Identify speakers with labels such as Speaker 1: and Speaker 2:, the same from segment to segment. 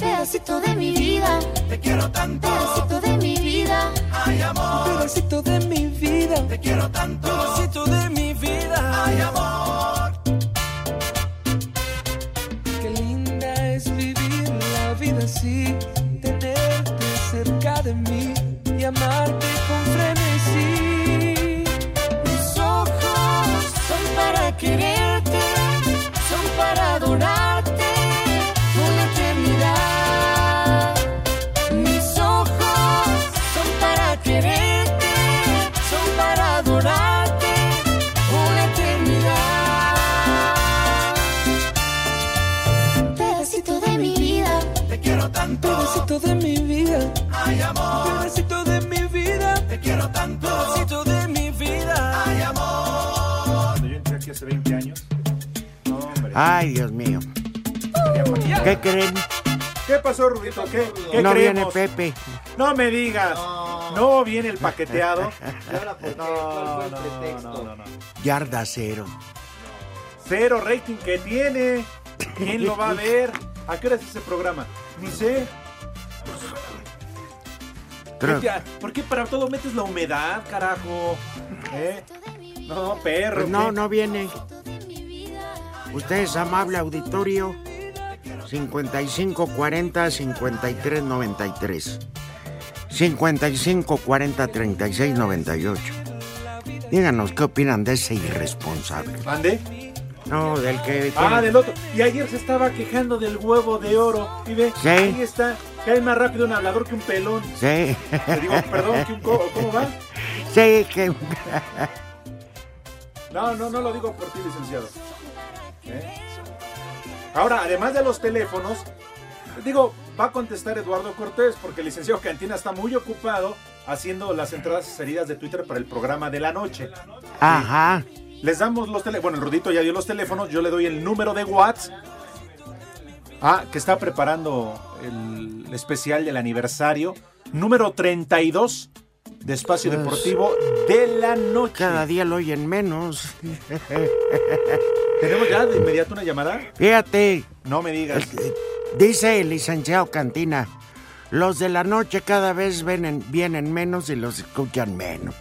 Speaker 1: Pedacito de mi vida,
Speaker 2: Te quiero tanto,
Speaker 1: pedacito de mi vida,
Speaker 2: ay amor,
Speaker 3: Pedacito de mi vida,
Speaker 2: te quiero tanto,
Speaker 3: pedacito de mi vida.
Speaker 2: ay amor.
Speaker 3: Qué linda es vivir la vida así, tenerte cerca de mí y amarte con frenesí. Mis ojos
Speaker 1: son para quererte, son para adorarte, una eternidad. Mis ojos son para quererte, son para adorarte, una eternidad. Pedacito de mi vida,
Speaker 2: Te quiero tanto,
Speaker 3: pedacito de mi vida,
Speaker 2: ay amor,
Speaker 3: pedacito de mi vida,
Speaker 2: te quiero tanto,
Speaker 3: pedacito de mi vida.
Speaker 2: ay amor.
Speaker 4: Cuando yo entré aquí hace 20 años. No, hombre.
Speaker 5: Ay, Dios mío. ¿Qué creen?
Speaker 4: ¿Qué pasó, Rudito? ¿Qué, qué
Speaker 5: no viene
Speaker 4: creemos?
Speaker 5: Pepe.
Speaker 4: No me digas. No. viene el paqueteado. No, no, no, no, no.
Speaker 5: Yarda cero.
Speaker 4: Cero rating que tiene. ¿Quién lo va a ver? ¿A qué hora es ese programa? Ni sé.
Speaker 5: Tro-
Speaker 4: Vete a- ¿Por qué para todo metes la humedad, carajo? ¿Eh? No, perro.
Speaker 5: Pues
Speaker 4: ¿qué?
Speaker 5: no, no viene.
Speaker 1: de mi vida.
Speaker 5: Ustedes, amable auditorio, 5540-5393. 5540-3698. Díganos qué opinan de ese irresponsable.
Speaker 4: ¿Mande?
Speaker 5: No, del que...
Speaker 4: Ah,
Speaker 5: tiene-
Speaker 4: del otro. Y ayer se estaba quejando del huevo de oro. Y ve,
Speaker 5: Sí.
Speaker 4: ahí está. Cae más rápido un hablador que un pelón.
Speaker 5: Sí,
Speaker 4: Te digo, perdón, que un co- ¿cómo va?
Speaker 5: sí, que...
Speaker 4: No, no, no lo digo por ti, licenciado. ¿Eh? Ahora, además de los teléfonos, digo, va a contestar Eduardo Cortés, porque el licenciado Cantina está muy ocupado haciendo las entradas y salidas de Twitter para el programa de la noche.
Speaker 5: Ajá.
Speaker 4: Les damos los teléfonos. Bueno, el Rudito ya dio los teléfonos. Yo le doy el número de WhatsApp. Ah, que está preparando el especial del aniversario. Número 32 de Espacio Deportivo de la Noche.
Speaker 5: Cada día lo oyen menos.
Speaker 4: ¿Tenemos ya de inmediato una llamada?
Speaker 5: Fíjate,
Speaker 4: No me digas.
Speaker 5: Dice el licenciado Cantina, los de la noche cada vez vienen, vienen menos y los escuchan menos.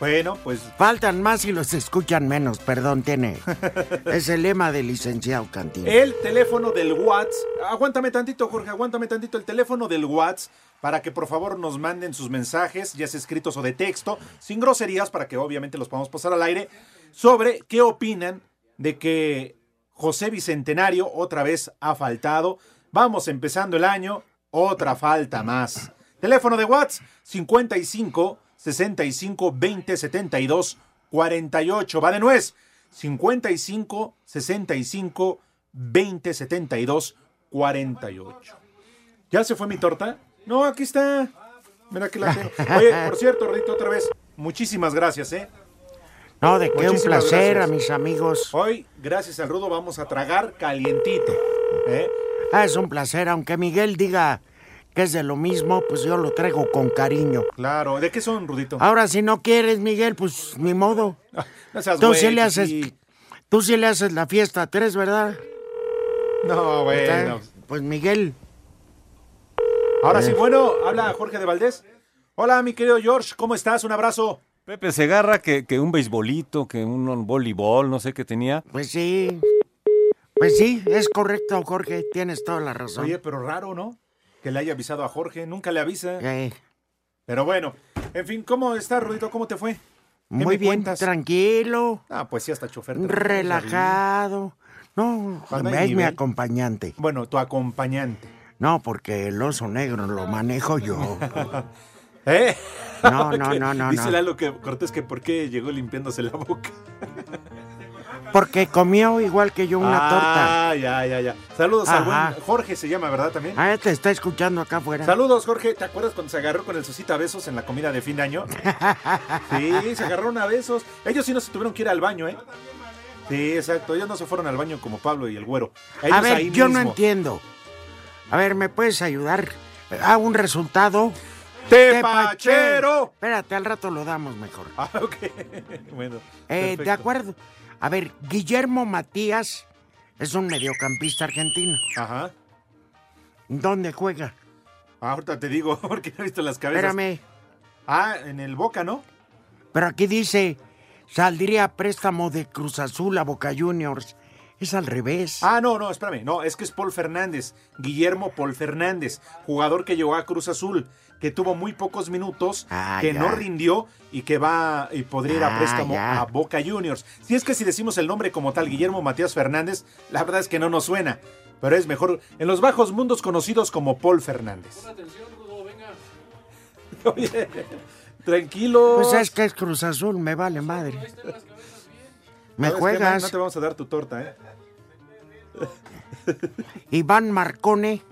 Speaker 4: Bueno, pues
Speaker 5: Faltan más y los escuchan menos, perdón, tiene. Es el lema del licenciado Cantina.
Speaker 4: el teléfono del WhatsApp. Aguántame tantito, Jorge, aguántame tantito. El teléfono del WhatsApp para que por favor nos manden sus mensajes, ya sea escritos o de texto, sin groserías, para que obviamente los podamos pasar al aire, sobre qué opinan de que José Bicentenario otra vez ha faltado. Vamos empezando el año, otra falta más. Teléfono de WhatsApp 55 65 20 72 48. Va de nuez 55 65 20 72 48. ¿Ya se fue mi torta? No, aquí está. Mira que la tengo. Oye, por cierto, Rito, otra vez, muchísimas gracias, ¿eh?
Speaker 5: No, de qué un
Speaker 4: Muchísimas
Speaker 5: placer
Speaker 4: gracias.
Speaker 5: a mis amigos.
Speaker 4: Hoy, gracias al Rudo, vamos a tragar calientito. ¿eh?
Speaker 5: Ah, es un placer, aunque Miguel diga que es de lo mismo, pues yo lo traigo con cariño.
Speaker 4: Claro, ¿de qué son, Rudito?
Speaker 5: Ahora, si no quieres, Miguel, pues ni modo.
Speaker 4: No seas
Speaker 5: Tú
Speaker 4: güey,
Speaker 5: sí le
Speaker 4: que
Speaker 5: haces,
Speaker 4: Ah, sí.
Speaker 5: tú sí le haces la fiesta a tres, ¿verdad?
Speaker 4: Eh, No, bueno.
Speaker 5: Pues Miguel, Eh,
Speaker 4: Ahora sí, bueno, habla Jorge de Valdés. Hola, mi querido George, ¿cómo estás? Un abrazo.
Speaker 6: Pepe Segarra, que, que un beisbolito, que un, un voleibol, no sé qué tenía.
Speaker 5: pues sí. Pues sí, es correcto, Jorge, tienes toda la razón.
Speaker 4: Oye, pero raro, ¿no? Que le haya avisado a Jorge, nunca le avisa.
Speaker 5: Eh,
Speaker 4: Pero bueno, en fin, ¿cómo estás, Rudito? ¿Cómo te fue? ¿Qué
Speaker 5: muy
Speaker 4: me
Speaker 5: bien,
Speaker 4: cuentas?
Speaker 5: tranquilo,
Speaker 4: Ah, pues sí, hasta chofer. te-
Speaker 5: relajado. No,
Speaker 4: Cuando hay
Speaker 5: es mi
Speaker 4: nivel.
Speaker 5: acompañante.
Speaker 4: Bueno, tu acompañante.
Speaker 5: No, porque el oso negro lo manejo yo.
Speaker 4: ¿Eh?
Speaker 5: No, no, no, no,
Speaker 4: Dice
Speaker 5: no.
Speaker 4: Lalo que Cortés que por qué llegó limpiándose la boca.
Speaker 5: Porque comió igual que yo una torta.
Speaker 4: Ah, ya, ya, ya. Saludos al
Speaker 5: Ajá.
Speaker 4: buen Jorge, se llama, ¿verdad? También.
Speaker 5: Ah, te está escuchando acá afuera.
Speaker 4: Saludos, Jorge. ¿Te acuerdas cuando se agarró con el Susita a besos en la comida de fin de año? Sí, se agarraron a besos. Ellos sí no se tuvieron que ir al baño, ¿eh? Sí, exacto. Ellos no se fueron al baño como Pablo y el güero. Ellos
Speaker 5: A ver,
Speaker 4: ahí
Speaker 5: yo no
Speaker 4: mismo.
Speaker 5: entiendo. A ver, ¿me puedes ayudar a un resultado?
Speaker 4: ¡Tepachero!
Speaker 5: Espérate, al rato lo damos mejor.
Speaker 4: Ah, ok. Bueno.
Speaker 5: Eh, de
Speaker 4: perfecto.
Speaker 5: acuerdo. A ver, Guillermo Matías es un mediocampista argentino.
Speaker 4: Ajá. Ah,
Speaker 5: ¿Dónde juega?
Speaker 4: Ahorita te digo, porque no he visto las cabezas.
Speaker 5: Espérame.
Speaker 4: Ah, en el Boca, ¿no?
Speaker 5: Pero aquí dice, saldría a préstamo de Cruz Azul a Boca Juniors. Es al revés.
Speaker 4: Ah, no, no, espérame. No, es que es Paul Fernández, Guillermo Paul Fernández, jugador que llegó a Cruz Azul, que tuvo muy pocos minutos,
Speaker 5: Ah,
Speaker 4: que
Speaker 5: ya.
Speaker 4: no rindió y que va y podría ir
Speaker 5: Ah,
Speaker 4: a préstamo
Speaker 5: ya.
Speaker 4: a Boca Juniors. Si es que si decimos el nombre como tal, Guillermo Matías Fernández, la verdad es que no nos suena. Pero es mejor en los bajos mundos conocidos como Paul Fernández. Oye, tranquilo.
Speaker 5: Pues es que es Cruz Azul, me vale madre. Me
Speaker 4: ¿Sabes qué, man?
Speaker 5: juegas.
Speaker 4: No te vamos a dar tu torta, ¿eh?
Speaker 5: Iván Marcone.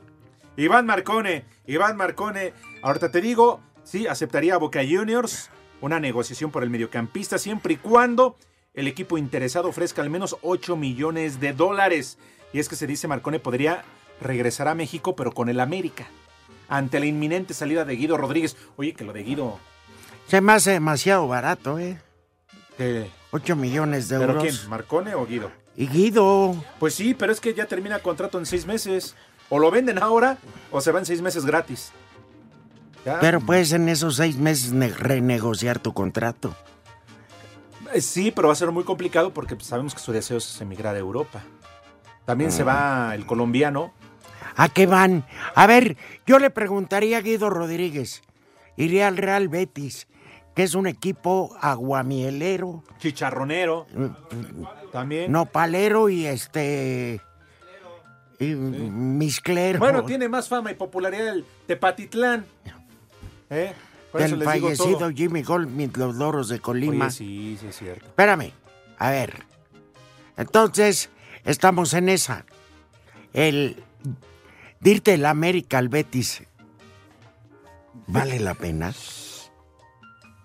Speaker 4: Iván Marcone, Iván Marcone. Ahorita te digo, sí, aceptaría a Boca Juniors una negociación por el mediocampista siempre y cuando el equipo interesado ofrezca al menos 8 millones de dólares. Y es que se dice Marcone podría regresar a México, pero con el América. Ante la inminente salida de Guido Rodríguez. Oye, que lo de Guido.
Speaker 5: Se me hace demasiado barato, ¿eh?
Speaker 4: ¿qué?
Speaker 5: 8 millones de
Speaker 4: ¿Pero
Speaker 5: euros.
Speaker 4: quién? ¿Marcone o Guido?
Speaker 5: Y Guido.
Speaker 4: Pues sí, pero es que ya termina el contrato en seis meses. O lo venden ahora o se van seis meses gratis. Ya.
Speaker 5: Pero puedes en esos seis meses ne- renegociar tu contrato.
Speaker 4: Eh, Sí, pero va a ser muy complicado porque pues, sabemos que su deseo es emigrar a Europa. También
Speaker 5: Mm.
Speaker 4: se va el colombiano.
Speaker 5: ¿A qué van? A ver, yo le preguntaría a Guido Rodríguez. Iría al Real Betis, que es un equipo aguamielero,
Speaker 4: Chicharronero. También.
Speaker 5: nopalero y este. Y misclero.
Speaker 4: Bueno, tiene más fama y popularidad el Tepatitlán. ¿Eh? Por eso
Speaker 5: Del
Speaker 4: les digo
Speaker 5: fallecido
Speaker 4: todo.
Speaker 5: Jimmy Goldsmith, los loros de Colima.
Speaker 4: Oye, sí, sí es cierto.
Speaker 5: Espérame, a ver. Entonces, estamos en esa. El dirte el América al Betis. ¿Vale la pena?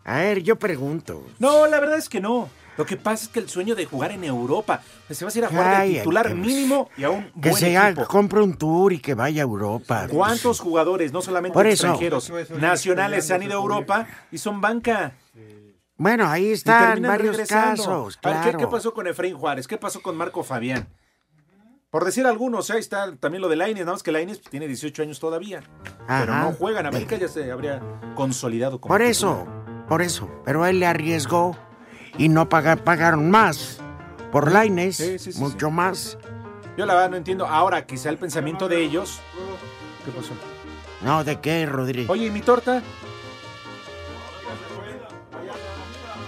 Speaker 5: A ver, yo pregunto.
Speaker 4: No, la verdad es que no. Lo que pasa es que el sueño de jugar en Europa, pues, se va a ir a jugar de
Speaker 5: Cállate,
Speaker 4: titular
Speaker 5: pues.
Speaker 4: mínimo y a un
Speaker 5: Que
Speaker 4: buen
Speaker 5: se haga,
Speaker 4: equipo.
Speaker 5: compre un tour y que vaya a Europa.
Speaker 4: ¿Cuántos jugadores, no solamente
Speaker 5: Por eso.
Speaker 4: extranjeros, nacionales se han ido a Europa y son banca?
Speaker 5: Bueno, ahí
Speaker 4: Y terminan
Speaker 5: están varios
Speaker 4: regresando.
Speaker 5: casos.
Speaker 4: A ver, ¿qué-
Speaker 5: Claro.
Speaker 4: ¿qué, pasó con Efraín Juárez? ¿Qué pasó con Marco Fabián? Por decir algunos, ¿eh? ahí está también lo de Lainez, nada más que Lainez tiene 18 años todavía. Pero
Speaker 5: Ajá.
Speaker 4: no juega, en América ya se habría consolidado como
Speaker 5: Por
Speaker 4: titular.
Speaker 5: eso, por eso. Pero él le arriesgó y no paga- pagaron más. Por Laines,
Speaker 4: Sí, sí, sí,
Speaker 5: mucho más.
Speaker 4: Yo la verdad no entiendo. Ahora, quizá el pensamiento de ellos. ¿Qué pasó?
Speaker 5: No, ¿de qué, Rodríguez?
Speaker 4: Oye, ¿y mi torta?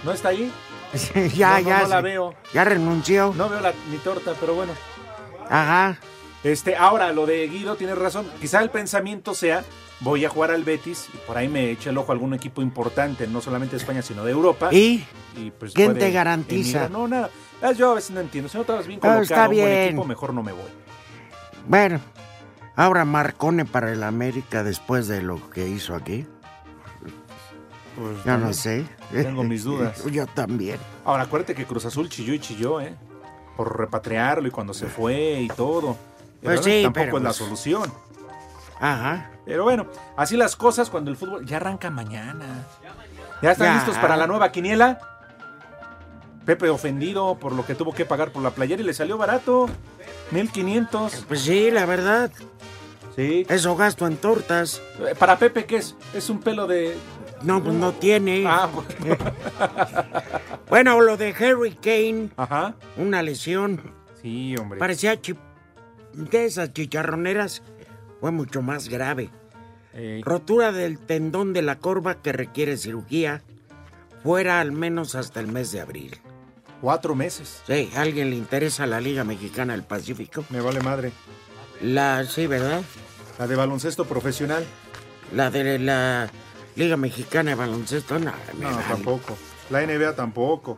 Speaker 4: ¿No está ahí?
Speaker 5: ya,
Speaker 4: No, no,
Speaker 5: ya.
Speaker 4: no la
Speaker 5: se-
Speaker 4: veo.
Speaker 5: Ya renunció.
Speaker 4: No veo la- mi torta, pero bueno.
Speaker 5: Ajá.
Speaker 4: Este, ahora, lo de Guido, tienes razón. Quizá el pensamiento sea, voy a jugar al Betis y por ahí me eche el ojo a algún equipo importante, no solamente de España, sino de Europa.
Speaker 5: ¿Y?
Speaker 4: Y, pues,
Speaker 5: quién
Speaker 4: puede
Speaker 5: te garantiza?
Speaker 4: emigrar. No, nada. Ah, Yo a veces no entiendo. Si no estabas bien
Speaker 5: Pero
Speaker 4: colocado,
Speaker 5: está
Speaker 4: un buen
Speaker 5: bien.
Speaker 4: equipo, mejor no me voy.
Speaker 5: Bueno, ahora Marcone para el América después de lo que hizo aquí. Yo no sé.
Speaker 4: Pues Tengo mis dudas.
Speaker 5: Yo también.
Speaker 4: Ahora, acuérdate que Cruz Azul chilló y chilló, ¿eh? Por repatriarlo y cuando se fue y todo.
Speaker 5: Pues
Speaker 4: ¿verdad?
Speaker 5: sí,
Speaker 4: tampoco
Speaker 5: pero
Speaker 4: es la
Speaker 5: pues-
Speaker 4: solución.
Speaker 5: Ajá.
Speaker 4: Pero bueno, así las cosas cuando el fútbol ya arranca mañana. ¿Ya están
Speaker 5: Ya.
Speaker 4: listos para la nueva quiniela? Pepe ofendido por lo que tuvo que pagar por la playera y le salió barato. 1500.
Speaker 5: Pues sí, la verdad.
Speaker 4: Sí.
Speaker 5: Eso gasto en tortas.
Speaker 4: Eh, Para Pepe, ¿qué es? Es un pelo de...
Speaker 5: No, pues no tiene.
Speaker 4: Ah, bueno.
Speaker 5: Bueno, lo de Harry Kane,
Speaker 4: Ajá.
Speaker 5: una lesión.
Speaker 4: Sí, hombre.
Speaker 5: Parecía chi- de esas chicharroneras. Fue mucho más grave.
Speaker 4: Eh,
Speaker 5: Rotura del tendón de la corva que requiere cirugía. Fuera al menos hasta el mes de abril.
Speaker 4: cuatro meses.
Speaker 5: Sí, ¿a alguien le interesa la Liga Mexicana del Pacífico?
Speaker 4: Me vale madre.
Speaker 5: La, sí, ¿verdad?
Speaker 4: La de baloncesto profesional.
Speaker 5: La de la Liga Mexicana de Baloncesto, no, me
Speaker 4: No,
Speaker 5: vale.
Speaker 4: tampoco. La NBA tampoco.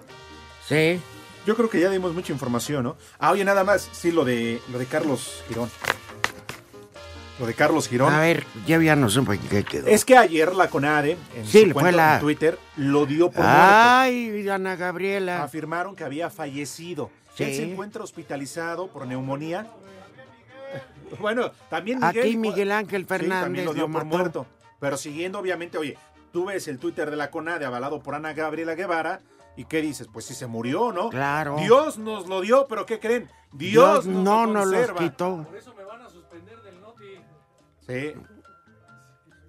Speaker 5: Sí,
Speaker 4: Yo creo que ya dimos mucha información, ¿no? Ah, oye, nada más, sí, lo de, lo de Carlos Girón. Lo de Carlos Girón.
Speaker 5: a ver, yo ya no supe en qué quedó.
Speaker 4: Es que ayer la CONADE, en
Speaker 5: Sí,
Speaker 4: su
Speaker 5: fue
Speaker 4: cuenta
Speaker 5: la- Ah.
Speaker 4: en Twitter, lo dio por muerto.
Speaker 5: Ay, Ana Gabriela.
Speaker 4: Afirmaron que había fallecido.
Speaker 5: Sí.
Speaker 4: Él se encuentra hospitalizado por neumonía. Bueno, también Miguel...
Speaker 5: Aquí Miguel Ángel
Speaker 4: Sí, también
Speaker 5: Fernández
Speaker 4: lo dio
Speaker 5: lo
Speaker 4: por
Speaker 5: mató.
Speaker 4: muerto. Pero siguiendo, obviamente, oye, tú ves el Twitter de la CONADE avalado por Ana Gabriela Guevara. ¿Y qué dices? Pues sí se murió, ¿no?
Speaker 5: Claro.
Speaker 4: Dios nos lo dio, pero ¿qué creen? Dios, nos
Speaker 5: no
Speaker 4: lo
Speaker 5: nos los
Speaker 4: conserva.
Speaker 5: quitó.
Speaker 4: Sí.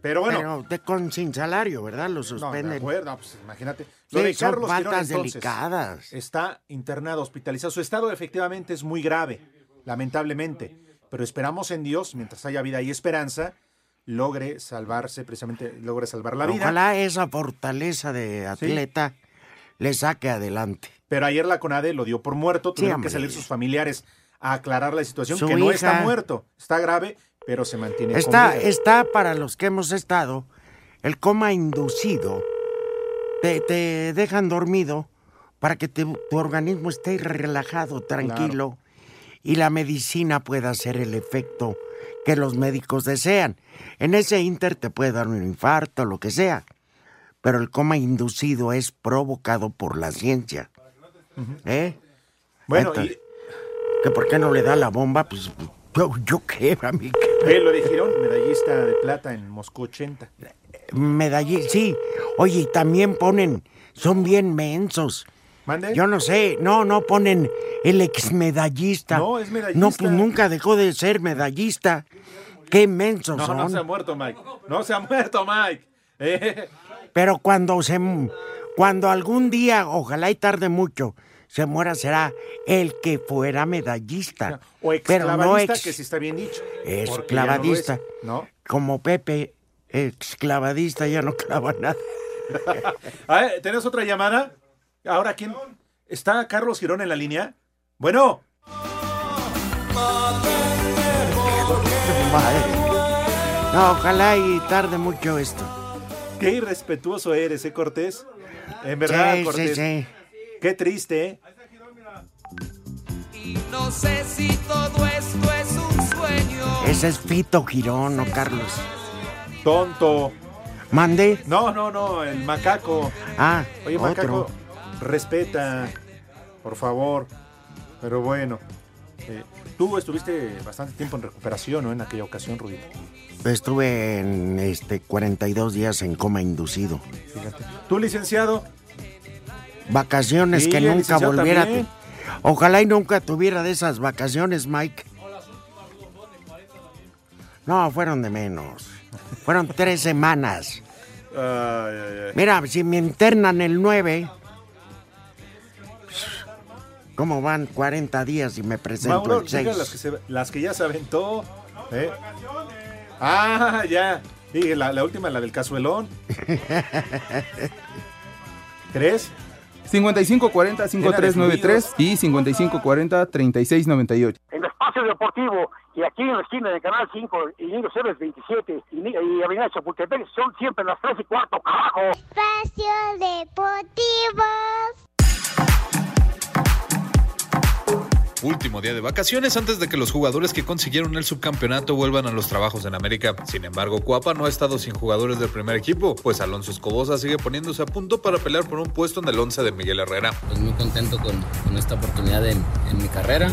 Speaker 4: Pero bueno,
Speaker 5: Pero de- con sin salario, ¿verdad? Lo
Speaker 4: no, de
Speaker 5: suspenden.
Speaker 4: acuerdo, pues imagínate. Lo
Speaker 5: sí,
Speaker 4: de
Speaker 5: son
Speaker 4: Carlos Girón,
Speaker 5: faltas
Speaker 4: entonces,
Speaker 5: delicadas.
Speaker 4: Está internado, hospitalizado. Su estado efectivamente es muy grave, lamentablemente. Pero esperamos en Dios, mientras haya vida y esperanza, logre salvarse, precisamente logre salvar la vida.
Speaker 5: Ojalá esa fortaleza de atleta le saque adelante.
Speaker 4: Pero ayer la CONADE lo dio por muerto,
Speaker 5: Sí,
Speaker 4: tuvieron
Speaker 5: hombre.
Speaker 4: que salir sus familiares a aclarar la situación,
Speaker 5: Su
Speaker 4: que no está
Speaker 5: hija.
Speaker 4: muerto, está grave, pero se mantiene con
Speaker 5: Está,
Speaker 4: vida.
Speaker 5: está para los que hemos estado, el coma inducido, te, te dejan dormido para que te- tu organismo esté relajado, tranquilo, y la medicina pueda hacer el efecto que los médicos desean. En ese inter te puede dar un infarto, lo que sea, pero el coma inducido es provocado por la ciencia. ¿Eh?
Speaker 4: Bueno,
Speaker 5: Entonces, ¿Que ¿Por qué no le da la bomba? Pues yo, yo qué, a mí qué.
Speaker 4: y, eh, lo de Girón, medallista de plata en Moscú 80.
Speaker 5: Pues Medallín, sí. Oye, y también ponen, son bien mensos.
Speaker 4: ¿Mande?
Speaker 5: Yo no sé, no, no ponen el exmedallista.
Speaker 4: No, es medallista.
Speaker 5: No, pues nunca dejó de ser medallista. Qué mensos
Speaker 4: No,
Speaker 5: son.
Speaker 4: no se ha muerto, Mike. No se ha muerto, Mike. Eh,
Speaker 5: Pero cuando se cuando algún día, ojalá y tarde mucho, se muera será el que fuera medallista.
Speaker 4: O
Speaker 5: Pero
Speaker 4: exclavadista,
Speaker 5: no ex-
Speaker 4: que sí está bien dicho. porque ya
Speaker 5: Es
Speaker 4: no lo es,
Speaker 5: clavadista.
Speaker 4: ¿No?
Speaker 5: como Pepe, exclavadista, ya no clava nada.
Speaker 4: A ver, ¿tenés otra llamada? Ahora, ¿quién? ¿Está Carlos Girón en la línea? Bueno,
Speaker 5: Madre. No, ojalá y tarde mucho esto.
Speaker 4: qué irrespetuoso eres, ¿eh, Cortés? En verdad,
Speaker 5: Sí, sí,
Speaker 4: Cortés.
Speaker 5: sí.
Speaker 4: Qué triste, ¿eh?
Speaker 3: Y no sé si todo esto es un sueño.
Speaker 5: Ese es Fito Girón, ¿no, Carlos?
Speaker 4: Tonto.
Speaker 5: Mandé.
Speaker 4: No, no, no, el macaco.
Speaker 5: Ah,
Speaker 4: Oye,
Speaker 5: otro.
Speaker 4: macaco, respeta, por favor. Pero bueno, eh, tú estuviste bastante tiempo en recuperación, ¿no? En aquella ocasión, Rudito.
Speaker 5: Estuve en este 42 días en coma inducido.
Speaker 4: Fíjate. Tú, licenciado,
Speaker 5: Vacaciones
Speaker 4: Sí,
Speaker 5: que
Speaker 4: el
Speaker 5: nunca
Speaker 4: licenciado
Speaker 5: volviera. a
Speaker 4: también.
Speaker 5: te- Ojalá y nunca tuviera de esas vacaciones, Mike. No, fueron de menos. Fueron tres semanas.
Speaker 4: ah,
Speaker 5: Mira, si me internan el 9, ¿cómo van 40 días y me presento
Speaker 4: Mauro,
Speaker 5: el
Speaker 4: diga las
Speaker 5: 6?
Speaker 4: que, se- las que ya se aventó. ¿eh? Ah, ya. Y la, la última, la del cazuelón. ¿Tres?
Speaker 7: 5540-5393 y 5540-3698.
Speaker 8: en el espacio deportivo y aquí en la esquina de Canal 5 y Niños Héroes 27 y, Ni- y Avenida Chapultepec son siempre las 3 y cuarto, carajo.
Speaker 1: Espacio Deportivo.
Speaker 9: Último día de vacaciones antes de que los jugadores que consiguieron el subcampeonato vuelvan a los trabajos en América. Sin embargo, Cuapa no ha estado sin jugadores del primer equipo, pues Alonso Escobosa sigue poniéndose a punto para pelear por un puesto en el 11 de Miguel Herrera.
Speaker 10: pues muy contento con, con esta oportunidad en, en mi carrera.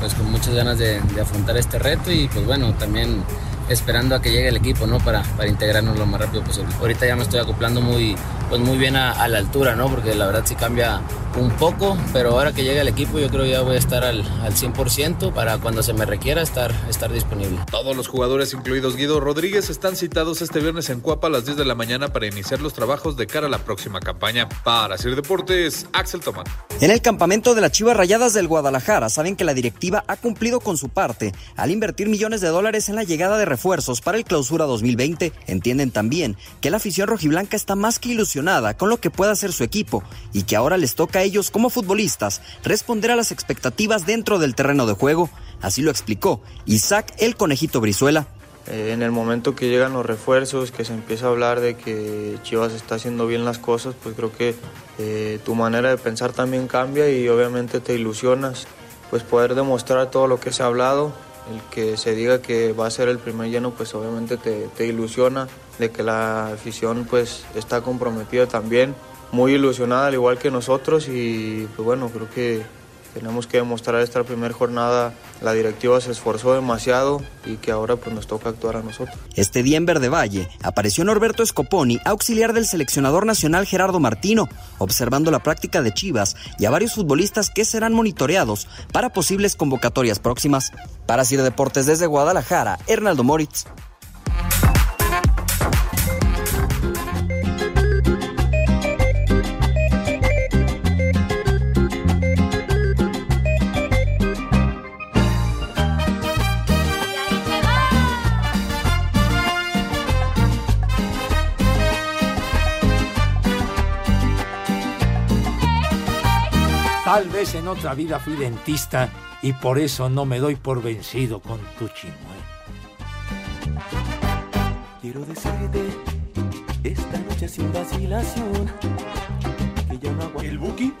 Speaker 7: pues con muchas ganas de, de afrontar este reto y pues bueno, también esperando a que llegue el equipo, ¿no? Para, para integrarnos lo más rápido posible. Ahorita ya me estoy acoplando muy, pues muy bien a, a la altura, ¿no? Porque la verdad sí cambia un poco, pero ahora que llegue el equipo yo creo ya voy a estar al, al 100% para cuando se me requiera estar, estar disponible.
Speaker 9: Todos los jugadores, incluidos Guido Rodríguez, están citados este viernes en Cuapa a las 10 de la mañana para iniciar los trabajos de cara a la próxima campaña. Para hacer deportes, Axel Tomán.
Speaker 10: En el campamento de las Chivas Rayadas del Guadalajara saben que la directiva ha cumplido con su parte al invertir millones de dólares en la llegada de refuerzos para el clausura 2020. Entienden también que la afición rojiblanca está más que ilusionada con lo que pueda hacer su equipo y que ahora les toca a ellos como futbolistas responder a las expectativas dentro del terreno de juego. Así lo explicó Isaac el Conejito Brizuela.
Speaker 11: Eh, en el momento que llegan los refuerzos, que se empieza a hablar de que Chivas está haciendo bien las cosas, pues creo que eh, tu manera de pensar también cambia y obviamente te ilusionas, pues poder demostrar todo lo que se ha hablado, el que se diga que va a ser el primer lleno, pues obviamente te, te ilusiona, de que la afición pues está comprometida también, muy ilusionada al igual que nosotros y pues bueno, creo que tenemos que demostrar esta primera jornada, la directiva se esforzó demasiado y que ahora pues nos toca actuar a nosotros.
Speaker 10: Este día en Verde Valle apareció Norberto Scoponi, auxiliar del seleccionador nacional Gerardo Martino, observando la práctica de Chivas y a varios futbolistas que serán monitoreados para posibles convocatorias próximas. Para Sir Deportes desde Guadalajara, Hernaldo Moritz.
Speaker 12: Tal vez en otra vida fui dentista y por eso no me doy por vencido con tu chimuelo.
Speaker 2: Quiero decirte esta noche sin vacilación que ya no aguanto.
Speaker 4: ¿El Buki?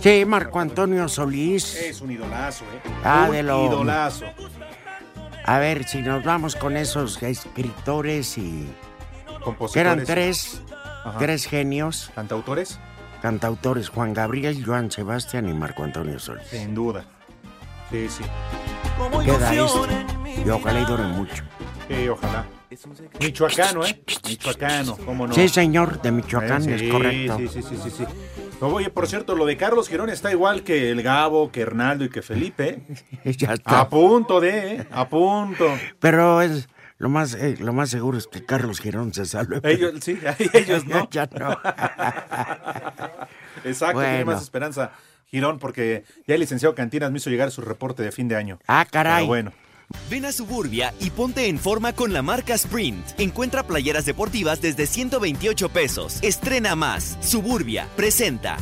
Speaker 5: Sí, Marco Antonio Solís.
Speaker 4: Es un idolazo, ¿eh?
Speaker 5: Ah,
Speaker 4: un
Speaker 5: de lo-
Speaker 4: idolazo.
Speaker 5: A ver, si nos vamos con esos escritores y...
Speaker 4: Compositores.
Speaker 5: Que eran tres,
Speaker 4: Ajá.
Speaker 5: tres genios.
Speaker 4: ¿Cantautores?
Speaker 5: Cantautores, Juan Gabriel, Joan Sebastián y Marco Antonio Solís.
Speaker 4: Sin duda. Sí, sí.
Speaker 5: Queda esto. Y ojalá y dure mucho.
Speaker 4: Sí, ojalá. Michoacano, ¿eh? Michoacano, ¿cómo no?
Speaker 5: Sí, señor, de Michoacán,
Speaker 4: Eh, sí,
Speaker 5: es correcto.
Speaker 4: Sí, sí, sí, sí, sí. Oye, por cierto, lo de Carlos Girón está igual que el Gabo, que Hernaldo y que Felipe. ¿eh?
Speaker 5: Ya está.
Speaker 4: A punto de, ¿eh? a punto.
Speaker 5: Pero es lo más, eh, lo más seguro es que Carlos Girón se salve.
Speaker 4: Ellos, sí, ellos no.
Speaker 5: Ya no.
Speaker 4: Exacto, tiene
Speaker 5: Bueno.
Speaker 4: más esperanza Girón, porque ya el licenciado Cantinas me hizo llegar su reporte de fin de año.
Speaker 5: Ah,
Speaker 4: Pero bueno.
Speaker 10: Ven a Suburbia y ponte en forma con la marca Sprint. Encuentra playeras deportivas desde 128 pesos. Estrena más. Suburbia presenta.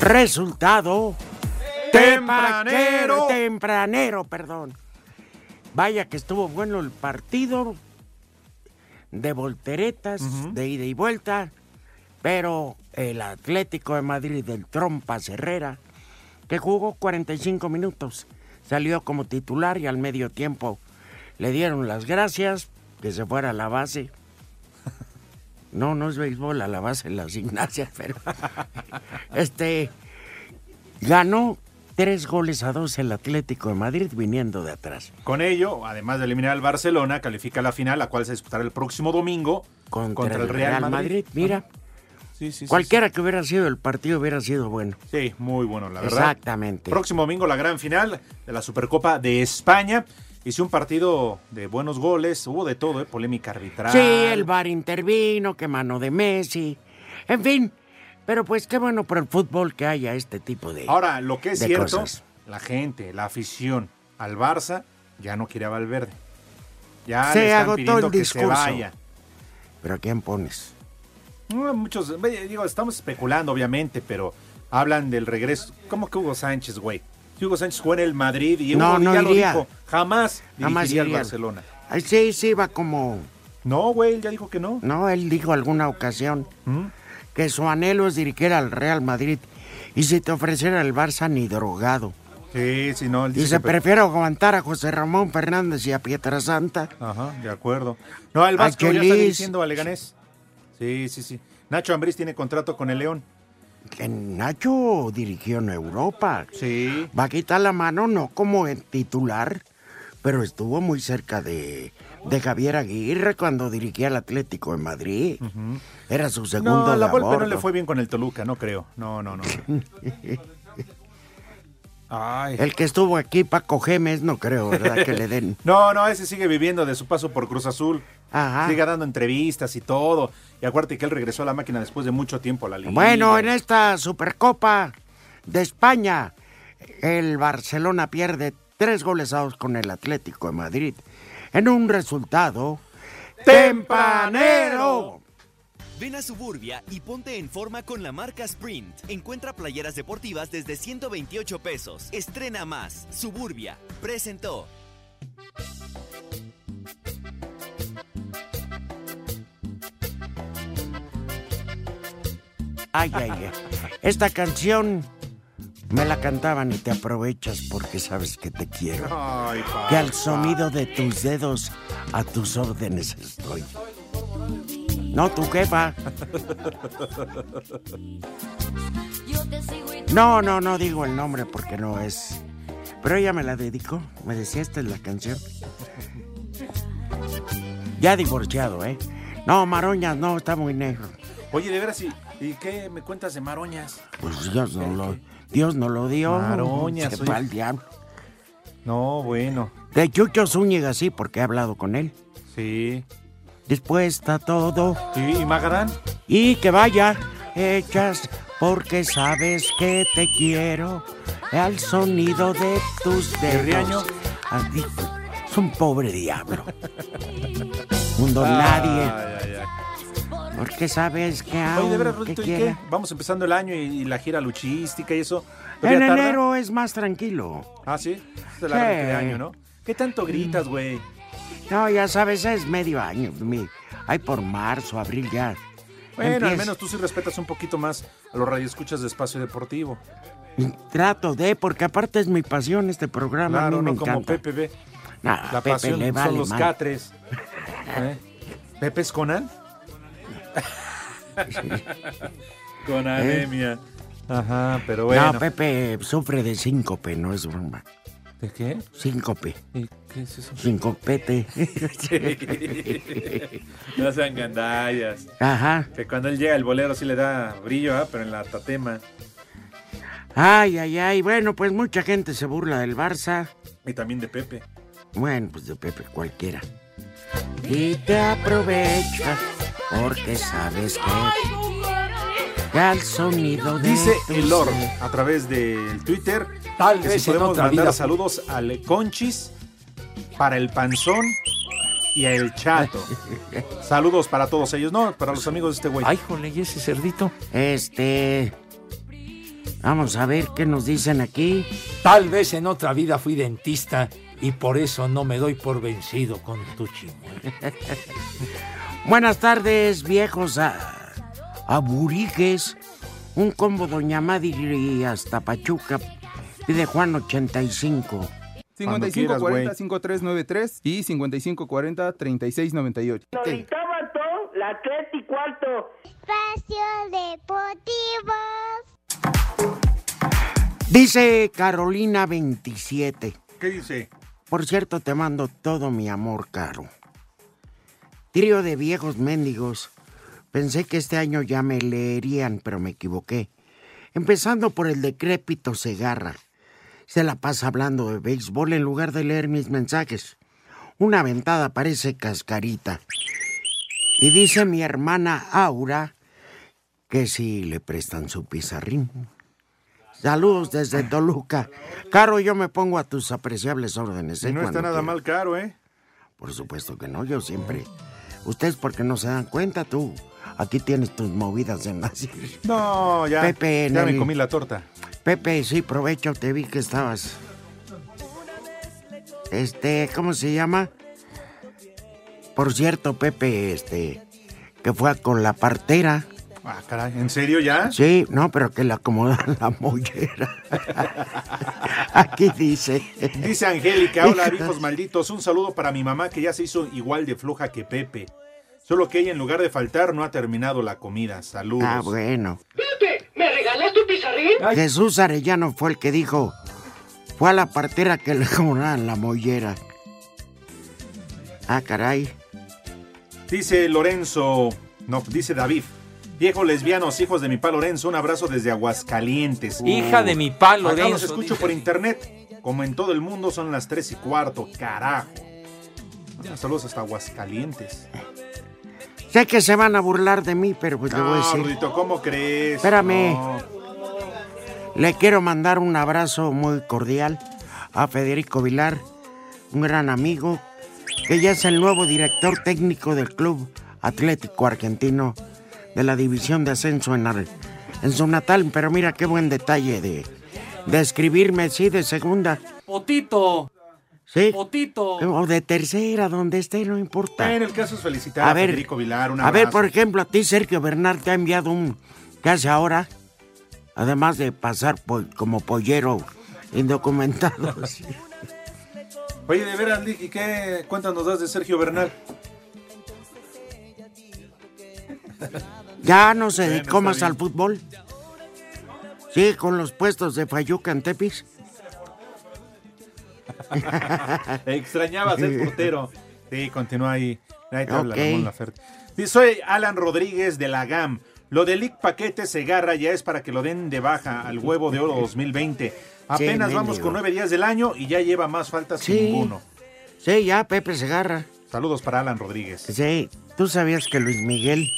Speaker 5: Resultado.
Speaker 4: Tempranero.
Speaker 5: Tempranero, perdón. Vaya que estuvo bueno el partido de volteretas, de ida y vuelta, pero el Atlético de Madrid del Trompas Herrera, que jugó 45 minutos, salió como titular y al medio tiempo le dieron las gracias, que se fuera a la base. No, no es béisbol, a la base las gimnasias, pero... este... Ganó tres goles a dos el Atlético de Madrid viniendo de atrás.
Speaker 4: Con ello, además de eliminar al Barcelona, califica la final, la cual se disputará el próximo domingo
Speaker 5: Contra,
Speaker 4: contra el Real, Madrid. Ah,
Speaker 5: Mira,
Speaker 4: Sí, sí, sí,
Speaker 5: cualquiera que hubiera sido el partido hubiera sido bueno.
Speaker 4: Sí, muy bueno, la verdad.
Speaker 5: Exactamente.
Speaker 4: Próximo domingo la gran final de la Supercopa de España. Hice un partido de buenos goles, hubo de todo, ¿eh? polémica arbitral.
Speaker 5: Sí, el VAR intervino, que mano de Messi. En fin, pero pues qué bueno por el fútbol que haya este tipo de...
Speaker 4: Ahora, lo que es
Speaker 5: de
Speaker 4: cierto,
Speaker 5: cosas.
Speaker 4: la gente, la afición al Barça ya no quiere a Valverde. Ya
Speaker 5: Se
Speaker 4: le están
Speaker 5: agotó
Speaker 4: pidiendo
Speaker 5: el
Speaker 4: que se
Speaker 5: discurso.
Speaker 4: vaya.
Speaker 5: ¿Pero a quién pones?
Speaker 4: No, Muchos, ve, digo, estamos especulando, obviamente, pero hablan del regreso. ¿Cómo que Hugo Sánchez, güey? Si Hugo Sánchez jugó en el Madrid y
Speaker 5: No,
Speaker 4: Hugo
Speaker 5: no
Speaker 4: ya
Speaker 5: iría.
Speaker 4: lo dijo, jamás
Speaker 5: Jamás
Speaker 4: dirigiría al
Speaker 5: iría.
Speaker 4: Barcelona.
Speaker 5: Ay, sí, sí, va como...
Speaker 4: No, güey, él ya dijo que no.
Speaker 5: No, él dijo alguna ocasión
Speaker 4: ¿Mm?
Speaker 5: que su anhelo es dirigir al Real Madrid y si te ofreciera el Barça ni drogado.
Speaker 4: Sí, sí, no. él dice
Speaker 5: Dice,
Speaker 4: que-
Speaker 5: prefiero aguantar a José Ramón Fernández y a Pietra Santa.
Speaker 4: Ajá, de acuerdo. No, el Vasco
Speaker 5: Ay, qué
Speaker 4: ya está
Speaker 5: lis.
Speaker 4: diciendo a Leganés. Sí, sí, sí. Nacho Ambriz tiene contrato con el León.
Speaker 5: Que Nacho dirigió en Europa.
Speaker 4: Sí.
Speaker 5: Va a quitar la mano, no como en titular, pero estuvo muy cerca de, de Javier Aguirre cuando dirigía al Atlético en Madrid. Era su segundo
Speaker 4: no, la
Speaker 5: de a
Speaker 4: Volpe no le
Speaker 5: bordo.
Speaker 4: fue bien con el Toluca, no creo. No, no, no. Ay.
Speaker 5: El que estuvo aquí, Paco Gemes, no creo, ¿verdad? Que le den.
Speaker 4: No, no, ese sigue viviendo de su paso por Cruz Azul.
Speaker 5: Ajá.
Speaker 4: Sigue dando entrevistas y todo. Y acuérdate que él regresó a la máquina después de mucho tiempo a la liga.
Speaker 5: Bueno, en esta Supercopa de España, el Barcelona pierde tres goles a dos con el Atlético de Madrid. En un resultado. ¡Tempanero!
Speaker 13: Ven a Suburbia y ponte en forma con la marca Sprint. Encuentra playeras deportivas desde 128 pesos. Estrena más. Suburbia presentó.
Speaker 5: Ay, ay, ay. Esta canción me la cantaban y te aprovechas porque sabes que te quiero.
Speaker 4: Ay, papá.
Speaker 5: Que al sonido de tus dedos, a tus órdenes estoy. No, tu jefa. No, no, no digo el nombre porque no es. Pero ella me la dedicó. Me decía, esta es la canción. Ya divorciado, ¿eh? No, Maroñas, no, está muy negro.
Speaker 4: Oye, de veras, ¿y, y qué me cuentas de Maroñas?
Speaker 5: Pues Dios no lo, Dios no lo dio.
Speaker 4: Maroñas,
Speaker 5: Se
Speaker 4: oye.
Speaker 5: fue al diablo.
Speaker 4: No, bueno.
Speaker 5: De Chucho Zúñiga, sí, porque he hablado con él.
Speaker 4: Sí.
Speaker 5: Después está todo.
Speaker 4: ¿Y Magadán?
Speaker 5: Y que vaya, hechas, porque sabes que te quiero. Al sonido de tus dedos.
Speaker 4: Riaño?
Speaker 5: Ah, di- Es un pobre diablo. Un don nadie.
Speaker 4: Ay, ay, ay.
Speaker 5: Porque sabes que
Speaker 4: Ah. Oye, de veras,
Speaker 5: aún te
Speaker 4: Rudito, ¿y
Speaker 5: quiera.
Speaker 4: qué? Vamos empezando el año y, y la gira luchística y eso.
Speaker 5: En
Speaker 4: ¿Todavía tarda?
Speaker 5: enero es más tranquilo.
Speaker 4: Ah, sí. Es el arranque
Speaker 5: Sí. Mm.
Speaker 4: de año, ¿no? ¿Qué tanto gritas, güey?
Speaker 5: No, ya sabes, es medio año. mi- Ay, por marzo, abril ya.
Speaker 4: Bueno, al
Speaker 5: Empieza-
Speaker 4: menos tú sí respetas un poquito más a los radioescuchas de Espacio Deportivo.
Speaker 5: Trato de, porque aparte es mi pasión este programa. a
Speaker 4: Claro,
Speaker 5: mí me
Speaker 4: no como
Speaker 5: encanta.
Speaker 4: PPB.
Speaker 5: No,
Speaker 4: La
Speaker 5: Pepe
Speaker 4: pasión
Speaker 5: le
Speaker 4: son
Speaker 5: vale
Speaker 4: los
Speaker 5: madre.
Speaker 4: catres. ¿Eh? ¿Pepe es Conan? Con anemia. Ajá, pero bueno.
Speaker 5: ¿Eh? No, Pepe sufre de síncope, no es broma.
Speaker 4: ¿De qué?
Speaker 5: Síncope.
Speaker 4: ¿Y qué es eso?
Speaker 5: Sincopete.
Speaker 4: Sí. No sean gandallas.
Speaker 5: Ajá.
Speaker 4: Que cuando él llega el bolero sí le da brillo, ¿ah? pero en la tatema.
Speaker 5: Ay, ay, ay. Bueno, pues mucha gente se burla del Barça.
Speaker 4: Y también de Pepe.
Speaker 5: Bueno, pues de Pepe cualquiera. Y te aprovechas porque sabes que... Al sonido de
Speaker 4: Dice
Speaker 5: tus-
Speaker 4: el Lord a través del Twitter.
Speaker 12: Tal
Speaker 4: que
Speaker 12: vez
Speaker 4: si
Speaker 12: en
Speaker 4: podemos
Speaker 12: otra
Speaker 4: mandar
Speaker 12: vida.
Speaker 4: saludos al Conchis, para el Panzón y al Chato. saludos para todos ellos. No, para los amigos de este güey.
Speaker 12: Ay, jole, ¿y ese cerdito?
Speaker 5: Este... Vamos a ver qué nos dicen aquí.
Speaker 12: Tal vez en otra vida fui dentista y por eso no me doy por vencido con tu chimuelo.
Speaker 5: Buenas tardes, viejos a, aburiges. Un combo Doña Madrid hasta Pachuca. Pide Juan 85. Cuando quieras, güey.
Speaker 14: 5540-5393 y 5540-3698.
Speaker 1: Tomató la tres y cuarto. Espacio Deportivo.
Speaker 5: Dice Carolina 27.
Speaker 4: ¿Qué dice?
Speaker 5: Por cierto, te mando todo mi amor, Caro. Trío de viejos mendigos. Pensé que este año ya me leerían, pero me equivoqué. Empezando por el decrépito Segarra. Se la pasa hablando de béisbol en lugar de leer mis mensajes. Una ventada parece cascarita. Y dice mi hermana Aura que sí le prestan su pizarrín. Saludos desde Toluca. Caro, yo me pongo a tus apreciables órdenes. ¿eh?
Speaker 4: no está
Speaker 5: Cuando
Speaker 4: nada
Speaker 5: quieras.
Speaker 4: mal caro, ¿eh?
Speaker 5: Por supuesto que no, yo siempre. Ustedes porque no se dan cuenta, tú. Aquí tienes tus movidas en la
Speaker 4: No, ya.
Speaker 5: Pepe,
Speaker 4: ya
Speaker 5: Nelly.
Speaker 4: me comí la torta.
Speaker 5: Pepe, sí, provecho, te vi que estabas. Este, ¿cómo se llama? Por cierto, Pepe, este, que fue con la partera.
Speaker 4: Ah, caray, ¿en serio ya?
Speaker 5: Sí, no, pero que le acomodan la mollera. Aquí dice.
Speaker 4: Dice Angélica, hola viejos malditos, un saludo para mi mamá que ya se hizo igual de floja que Pepe. Solo que ella, en lugar de faltar, no ha terminado la comida. Saludos.
Speaker 5: Ah, bueno.
Speaker 14: Pepe, ¿me regalas tu pizarrín?
Speaker 5: Jesús Arellano fue el que dijo, fue a la partera que le cobraban la mollera. Ah, caray.
Speaker 4: Dice Lorenzo, no, dice David. Viejo lesbianos, hijos de mi pa Lorenzo, un abrazo desde Aguascalientes.
Speaker 15: Hija de mi pa Lorenzo,
Speaker 4: Acá los escucho
Speaker 15: dice.
Speaker 4: por internet. Como en todo el mundo son las tres y cuarto, carajo. Saludos hasta Aguascalientes.
Speaker 5: Sé que se van a burlar de mí, pero pues le voy
Speaker 4: No,
Speaker 5: a decir.
Speaker 4: Rudito, ¿cómo crees?
Speaker 5: Espérame.
Speaker 4: No.
Speaker 5: Le quiero mandar un abrazo muy cordial a Federico Vilar, un gran amigo, que ya es el nuevo director técnico del Club Atlético Argentino de la División de Ascenso en, Ar- en su natal. Pero mira qué buen detalle de, de escribirme, sí, de segunda,
Speaker 15: Potito.
Speaker 5: sí,
Speaker 15: Potito.
Speaker 5: o de tercera, donde esté, no importa.
Speaker 4: En el caso es felicitar a,
Speaker 5: A ver,
Speaker 4: Federico Vilar, un
Speaker 5: A ver,
Speaker 4: abrazo.
Speaker 5: por ejemplo, a ti Sergio Bernal te ha enviado un ¿Qué hace ahora? Además de pasar po- como pollero indocumentado.
Speaker 4: Oye, de veras, Lick, ¿y qué cuentas nos das de Sergio Bernal?
Speaker 5: ya no se dedicó
Speaker 4: está
Speaker 5: más
Speaker 4: bien.
Speaker 5: al fútbol. Sí, con los puestos de Fayuca en Tepis.
Speaker 4: Extrañaba ser portero. Sí, continúa ahí. Ahí te habla
Speaker 5: Ok.
Speaker 4: Ramón Laferte. Sí, soy Alan Rodríguez de la GAM. Lo del IC Paquete Segarra ya es para que lo den de baja al huevo de oro 2020. Apenas vamos
Speaker 5: mendigo.
Speaker 4: con nueve días del año y ya lleva más faltas que
Speaker 5: Sí.
Speaker 4: ninguno.
Speaker 5: Sí, ya Pepe Segarra.
Speaker 4: Saludos para Alan Rodríguez.
Speaker 5: Sí, ¿tú sabías que Luis Miguel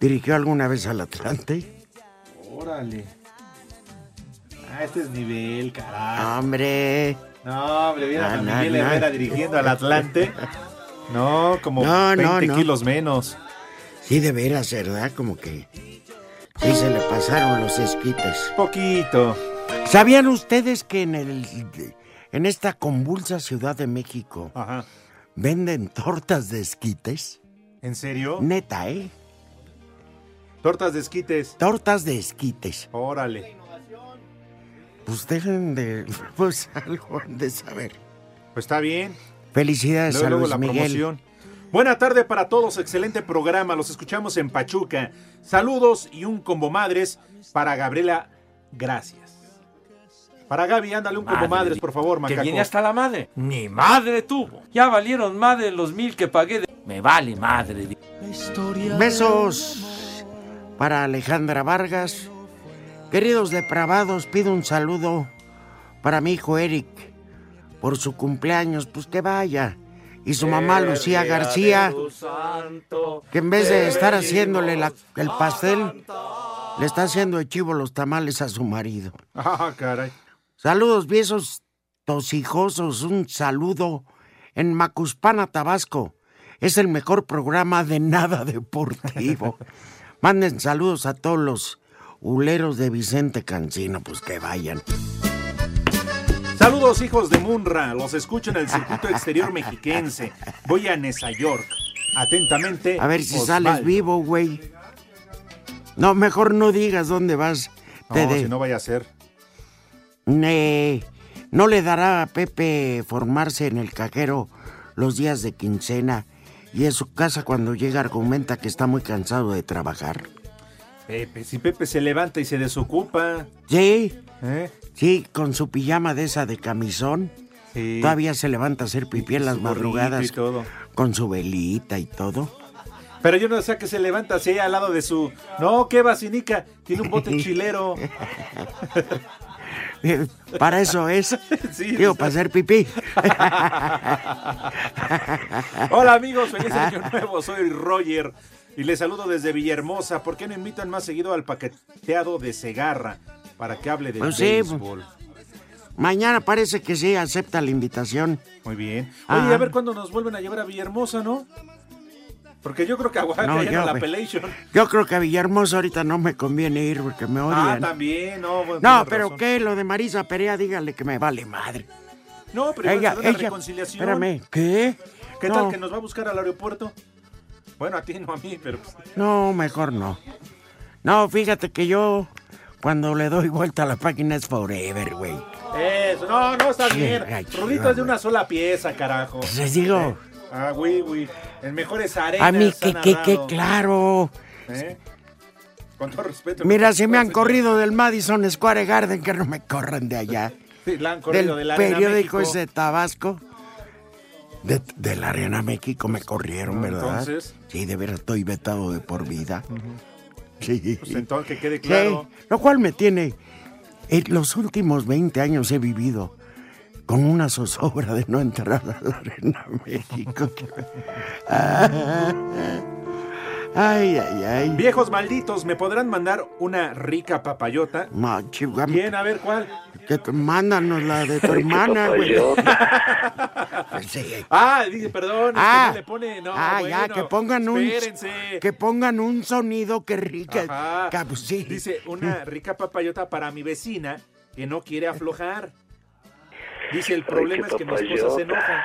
Speaker 5: dirigió alguna vez al Atlante?
Speaker 4: Órale. Ah, este es nivel,
Speaker 5: Ah.
Speaker 4: carajo.
Speaker 5: Hombre.
Speaker 4: No, hombre, vieron a
Speaker 5: No, no,
Speaker 4: Miguel
Speaker 5: no.
Speaker 4: Herrera dirigiendo al Atlante. No, como
Speaker 5: No, no,
Speaker 4: 20
Speaker 5: no.
Speaker 4: kilos menos.
Speaker 5: Sí, de veras, ¿verdad? Como que sí se le pasaron los esquites.
Speaker 4: Poquito.
Speaker 5: ¿Sabían ustedes que en el en esta convulsa Ciudad de México venden tortas de esquites?
Speaker 4: ¿En serio?
Speaker 5: Neta, ¿eh?
Speaker 4: Tortas de esquites.
Speaker 5: Tortas de esquites.
Speaker 4: Órale.
Speaker 5: Pues dejen de pues algo han de saber.
Speaker 4: Pues está bien.
Speaker 5: Felicidades
Speaker 4: Luego,
Speaker 5: a
Speaker 4: luego
Speaker 5: Luis
Speaker 4: la
Speaker 5: Miguel.
Speaker 4: promoción. Buena tarde para todos, excelente programa. Los escuchamos en Pachuca. Saludos y un combo madres para Gabriela. Gracias. Para Gaby, ándale un combo
Speaker 15: Madre
Speaker 4: madres,
Speaker 15: mía.
Speaker 4: por favor,
Speaker 15: Que
Speaker 4: macaco.
Speaker 15: viene hasta la madre. Ni madre tuvo. Ya valieron madre los mil que pagué. de- Me vale madre. di-
Speaker 5: Besos para Alejandra Vargas. Queridos depravados, pido un saludo para mi hijo Eric por su cumpleaños, pues que vaya. Y su
Speaker 4: Eh,
Speaker 5: mamá Lucía García, que en vez de estar haciéndole la- el pastel, le está haciendo de chivo los tamales a su marido.
Speaker 4: Ah, caray.
Speaker 5: Saludos, viejos tosijosos. Un saludo en Macuspana, Tabasco. Es el mejor programa de nada deportivo. Manden saludos a todos los huleros de Vicente Cancino, pues que vayan.
Speaker 4: Saludos, hijos de Munra. Los escucho en el circuito exterior mexiquense. Voy a Nesa York. Atentamente.
Speaker 5: A ver si
Speaker 4: Osvaldo.
Speaker 5: sales vivo, güey. No, mejor no digas dónde vas. Te
Speaker 4: No,
Speaker 5: de-
Speaker 4: si no vaya a ser.
Speaker 5: Ne- no le dará a Pepe formarse en el cajero los días de quincena y en su casa cuando llega argumenta que está muy cansado de trabajar.
Speaker 4: Pepe, si Pepe se levanta y se desocupa.
Speaker 5: Sí,
Speaker 4: ¿Eh?
Speaker 5: sí, con su pijama de esa de camisón.
Speaker 4: Sí.
Speaker 5: Todavía se levanta a hacer pipí en las
Speaker 4: Su gorrito
Speaker 5: madrugadas
Speaker 4: Y todo.
Speaker 5: con su velita y todo.
Speaker 4: Pero yo no sé a qué se levanta así ahí al lado de su. No, qué vacinica. Tiene un bote chilero.
Speaker 5: Para eso es.
Speaker 4: Sí,
Speaker 5: Digo,
Speaker 4: sí.
Speaker 5: para hacer pipí.
Speaker 4: Hola amigos, feliz año nuevo. Soy Roger y les saludo desde Villahermosa. ¿Por qué no invitan más seguido al paqueteado de Segarra para que hable de
Speaker 5: Pues sí,
Speaker 4: béisbol?
Speaker 5: Mañana parece que sí, acepta la invitación.
Speaker 4: Muy bien. Oye,
Speaker 5: Ah.
Speaker 4: a ver cuándo nos vuelven a llevar a Villahermosa, ¿no? Porque yo creo que a Oaxaca
Speaker 5: No,
Speaker 4: ya
Speaker 5: yo, pues,
Speaker 4: no la
Speaker 5: güey.
Speaker 4: Appellation.
Speaker 5: Yo creo que a Villahermosa ahorita no me conviene ir porque me
Speaker 4: Ah,
Speaker 5: odian.
Speaker 4: también, no. bueno,
Speaker 5: No,
Speaker 4: tienes
Speaker 5: pero
Speaker 4: razón.
Speaker 5: ¿qué? Lo de Marisa Perea, dígale que me vale madre.
Speaker 4: No, pero igual se da una reconciliación.
Speaker 5: espérame, ¿qué?
Speaker 4: ¿Qué
Speaker 5: no,
Speaker 4: tal que nos va a buscar al aeropuerto? Bueno, a ti no a mí, pero pues,
Speaker 5: No, mejor no. No, fíjate que yo cuando le doy vuelta a la página es forever, güey.
Speaker 4: Eso, no, no está
Speaker 5: Sí,
Speaker 4: bien.
Speaker 5: ay,
Speaker 4: Rudito es de una sola pieza, carajo.
Speaker 5: Pues les digo,
Speaker 4: Ah, güey, güey. En mejores arenas.
Speaker 5: A mí, que,
Speaker 4: han
Speaker 5: que, que,
Speaker 4: hablado.
Speaker 5: claro.
Speaker 4: ¿Eh? Con todo respeto. Pues,
Speaker 5: Mira, si me han corrido del Madison Square Garden, que no me corran de allá.
Speaker 4: Sí, la han corrido
Speaker 5: Del
Speaker 4: de la Arena
Speaker 5: periódico
Speaker 4: México.
Speaker 5: ese de Tabasco. De, de la Arena México me corrieron, ¿verdad?
Speaker 4: Ah, Entonces.
Speaker 5: Sí, de veras estoy vetado de por vida. Sí.
Speaker 4: Pues entonces, que quede
Speaker 5: Sí,
Speaker 4: claro.
Speaker 5: lo cual me tiene. En los últimos 20 años he vivido con una zozobra de no entrar a la Arena México. Ah, ay, ay, ay.
Speaker 4: Viejos malditos, ¿me podrán mandar una rica papayota?
Speaker 5: No, chihuahua,
Speaker 4: Bien, a ver cuál.
Speaker 5: que te- mándanos la de tu hermana, güey.
Speaker 4: Ah, dice, perdón, es que
Speaker 5: Ah.
Speaker 4: no le pone. No,
Speaker 5: ah, ya,
Speaker 4: bueno,
Speaker 5: que pongan un.
Speaker 4: Espérense.
Speaker 5: Que pongan un sonido que rica.
Speaker 4: Ajá.
Speaker 5: que- pues sí.
Speaker 4: Dice, una rica papayota para mi vecina que no quiere aflojar. Dice, el problema es que mi esposa se enoja.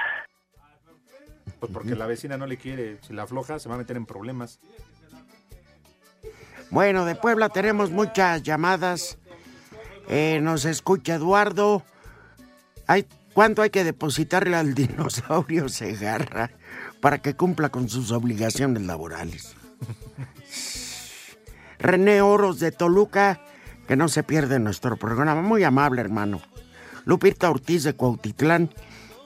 Speaker 4: Pues porque la vecina no le quiere. Si la afloja, se va a meter en problemas.
Speaker 5: Bueno, de Puebla tenemos muchas llamadas. Eh, nos escucha Eduardo. Hay- ¿Cuánto hay que depositarle al dinosaurio Segarra para que cumpla con sus obligaciones laborales? René Oros de Toluca, que no se pierde nuestro programa. Muy amable, hermano. Lupita Ortiz de Cuautitlán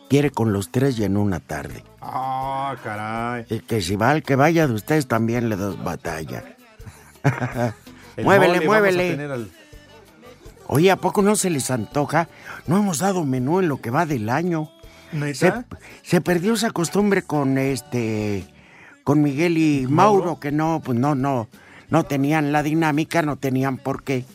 Speaker 5: quiere con los tres y en una tarde.
Speaker 4: Ah, caray.
Speaker 5: Y que si va el que vaya de ustedes también le das batalla.
Speaker 4: El
Speaker 5: muévele,
Speaker 4: mole, vamos a
Speaker 5: muévele.
Speaker 4: tener al-
Speaker 5: Oye, ¿a poco no se les antoja? No hemos dado menú en lo que va del año. Se,
Speaker 4: ¿Neta?
Speaker 5: se perdió esa costumbre con este con Miguel y Mauro, que no, pues no, no, no tenían la dinámica, no tenían por qué.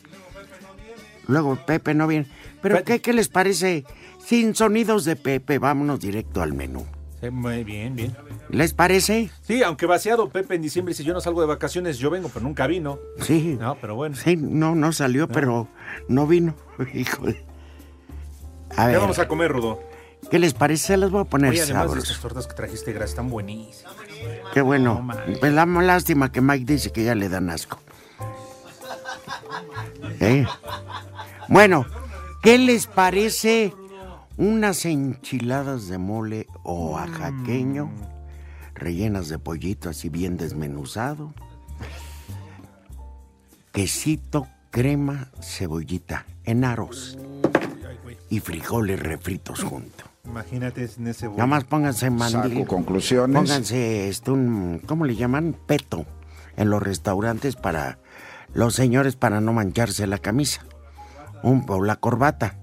Speaker 5: Luego Pepe no viene. Pero ¿qué, qué les parece? Sin sonidos de Pepe, vámonos directo al menú.
Speaker 4: Sí, muy bien, bien.
Speaker 5: ¿Les parece?
Speaker 4: Sí, aunque vaciado Pepe en diciembre, si yo no salgo de vacaciones, yo vengo, pero nunca vino.
Speaker 5: Sí.
Speaker 4: No, pero bueno.
Speaker 5: Sí, no, no salió, pero no vino. Híjole. A
Speaker 4: ¿Qué
Speaker 5: ver,
Speaker 4: vamos a comer, Rudo?
Speaker 5: ¿qué les parece? Les voy a poner
Speaker 4: Oye, además de
Speaker 5: sabroso.
Speaker 4: estas tortas que trajiste, gracias, están buenísimas.
Speaker 5: Qué bueno. Pues la lástima que Mike dice que ya le dan asco. ¿Eh? Bueno, ¿qué les parece unas enchiladas de mole oaxaqueño rellenas de pollito así bien desmenuzado? Quesito, crema, cebollita en aros y frijoles refritos juntos.
Speaker 4: Imagínate en ese
Speaker 5: Nada más pónganse mandil.
Speaker 16: Saco conclusiones.
Speaker 5: Pónganse este, un, ¿cómo le llaman? Peto en los restaurantes para los señores para no mancharse la camisa. Un, o la corbata.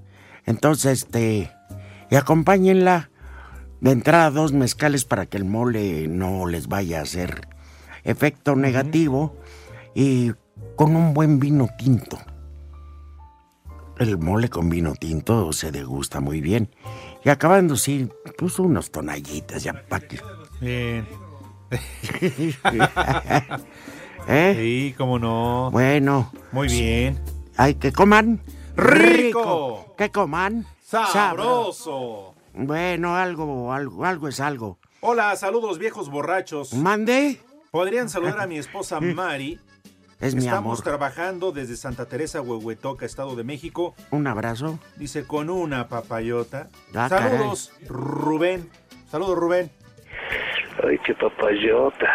Speaker 5: Entonces, este, y acompáñenla de entrada dos mezcales para que el mole no les vaya a hacer efecto negativo y con un buen vino tinto. El mole con vino tinto se degusta muy bien. Y acabando, sí, puso unos tonallitas ya pa' que-
Speaker 4: Bien.
Speaker 5: ¿Eh?
Speaker 4: Sí, cómo no.
Speaker 5: Bueno.
Speaker 4: Muy bien.
Speaker 5: Hay que coman.
Speaker 4: ¡Rico!
Speaker 5: Que coman. Sabro.
Speaker 4: ¡Sabroso!
Speaker 5: Bueno, algo, algo, algo es algo.
Speaker 4: Hola, saludos viejos borrachos.
Speaker 5: Mande.
Speaker 4: ¿Podrían saludar a mi esposa Mari?
Speaker 5: Mm. Es mi
Speaker 4: Estamos
Speaker 5: amor.
Speaker 4: trabajando desde Santa Teresa, Huehuetoca, Estado de México.
Speaker 5: Un abrazo.
Speaker 4: Dice, con una papayota.
Speaker 5: Ah,
Speaker 4: Saludos, Rubén. Saludos, Rubén.
Speaker 17: Ay, qué papayota.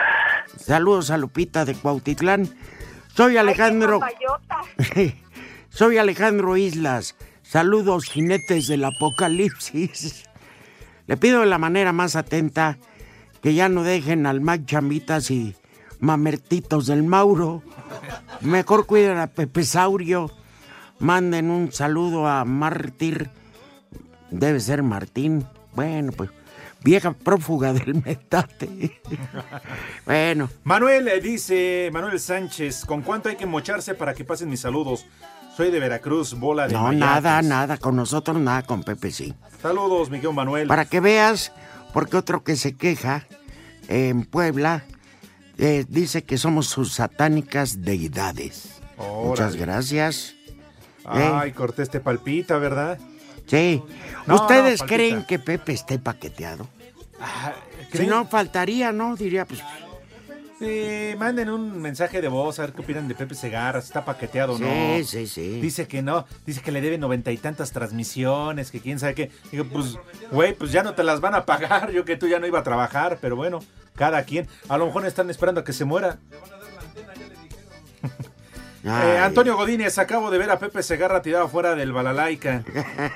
Speaker 5: Saludos a Lupita de Cuautitlán. Soy Alejandro. Soy Alejandro Islas. Saludos, jinetes del apocalipsis. Le pido de la manera más atenta que ya no dejen al Mac Chamitas y mamertitos del Mauro. Mejor cuiden a Pepe Saurio. Manden un saludo a Mártir. Debe ser Martín. Bueno, pues vieja prófuga del metate. Bueno.
Speaker 4: Manuel eh, dice, Manuel Sánchez, ¿con cuánto hay que mocharse para que pasen mis saludos? Soy de Veracruz, bola de
Speaker 5: No,
Speaker 4: mayacas".
Speaker 5: nada, nada. Con nosotros nada, con Pepe sí.
Speaker 4: Saludos, Miguel Manuel.
Speaker 5: Para que veas, porque otro que se queja en Puebla eh, dice que somos sus satánicas deidades.
Speaker 4: Órale.
Speaker 5: Muchas gracias.
Speaker 4: Ay, Cortés te palpita, ¿verdad?
Speaker 5: Sí.
Speaker 4: No,
Speaker 5: ¿Ustedes
Speaker 4: no, Palpita.
Speaker 5: creen que Pepe esté paqueteado? Si no, faltaría, ¿no? Diría, pues,
Speaker 4: Sí, manden un mensaje de voz a ver qué opinan de Pepe Segarra, si está paqueteado o no.
Speaker 5: Sí, sí, sí.
Speaker 4: Dice que no, dice que le debe noventa y tantas transmisiones, que quién sabe qué. Digo, pues, güey, pues ya no te las van a pagar, yo que tú ya no iba a trabajar, pero bueno, cada quien. A lo mejor están esperando a que se muera. Eh, Antonio Godínez, acabo de ver a Pepe Segarra tirado fuera del Balalaica.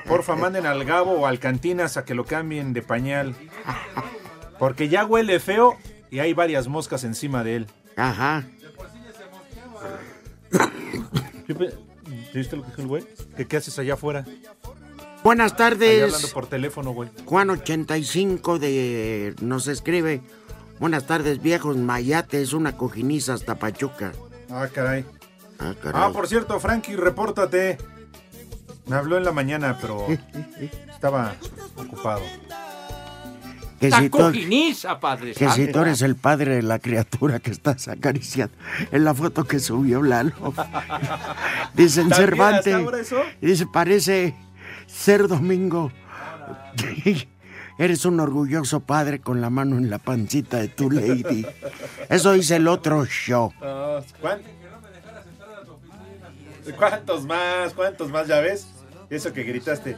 Speaker 4: Porfa, manden al Gabo o al Cantinas a que lo cambien de pañal. Porque ya huele feo y hay varias moscas encima de él.
Speaker 5: Ajá.
Speaker 4: ¿Viste lo que dijo el güey? ¿Qué, qué haces allá afuera?
Speaker 5: Buenas
Speaker 4: Ahí hablando
Speaker 5: tardes.
Speaker 4: por teléfono, güey.
Speaker 5: Juan85 de nos escribe. Buenas tardes, viejos mayates, una cojiniza hasta Pachuca.
Speaker 4: Ah, caray.
Speaker 5: Ah, caray.
Speaker 4: Ah, por cierto, Frankie, repórtate. Me habló en la mañana, pero estaba ocupado.
Speaker 5: que
Speaker 15: La
Speaker 5: si tú-
Speaker 15: cojiniza, padre.
Speaker 5: que si
Speaker 15: santo.
Speaker 5: tú eres el padre de la criatura que estás acariciando. En la foto que subió Lalo. Dicen
Speaker 4: ¿También hasta
Speaker 5: Cervantes.
Speaker 4: ahora eso?
Speaker 5: Dice, parece ser domingo. Eres un orgulloso padre con la mano en la pancita de tu lady. Eso dice el otro show.
Speaker 4: Ah, ¿cuán- ¿Cuántos más? ¿Cuántos más? ¿Ya ves? Y eso que gritaste.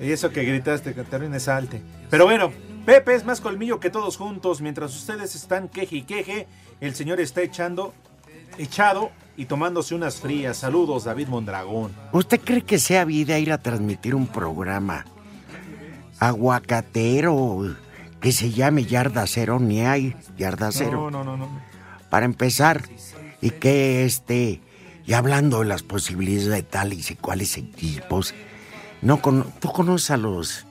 Speaker 4: Y eso que gritaste, Catarina Salte. Pero bueno, Pepe es más colmillo que todos juntos. Mientras ustedes están queje y queje, el señor está echando, echado y tomándose unas frías. Saludos, David Mondragón.
Speaker 5: ¿Usted cree que sea vida ir a transmitir un programa aguacatero que se llame Yarda Cero? Ni hay Yarda Cero.
Speaker 4: No, no, no, no.
Speaker 5: Para empezar, y que este, y hablando de las posibilidades de tales y cuáles equipos, no cono- ¿tú conoces a los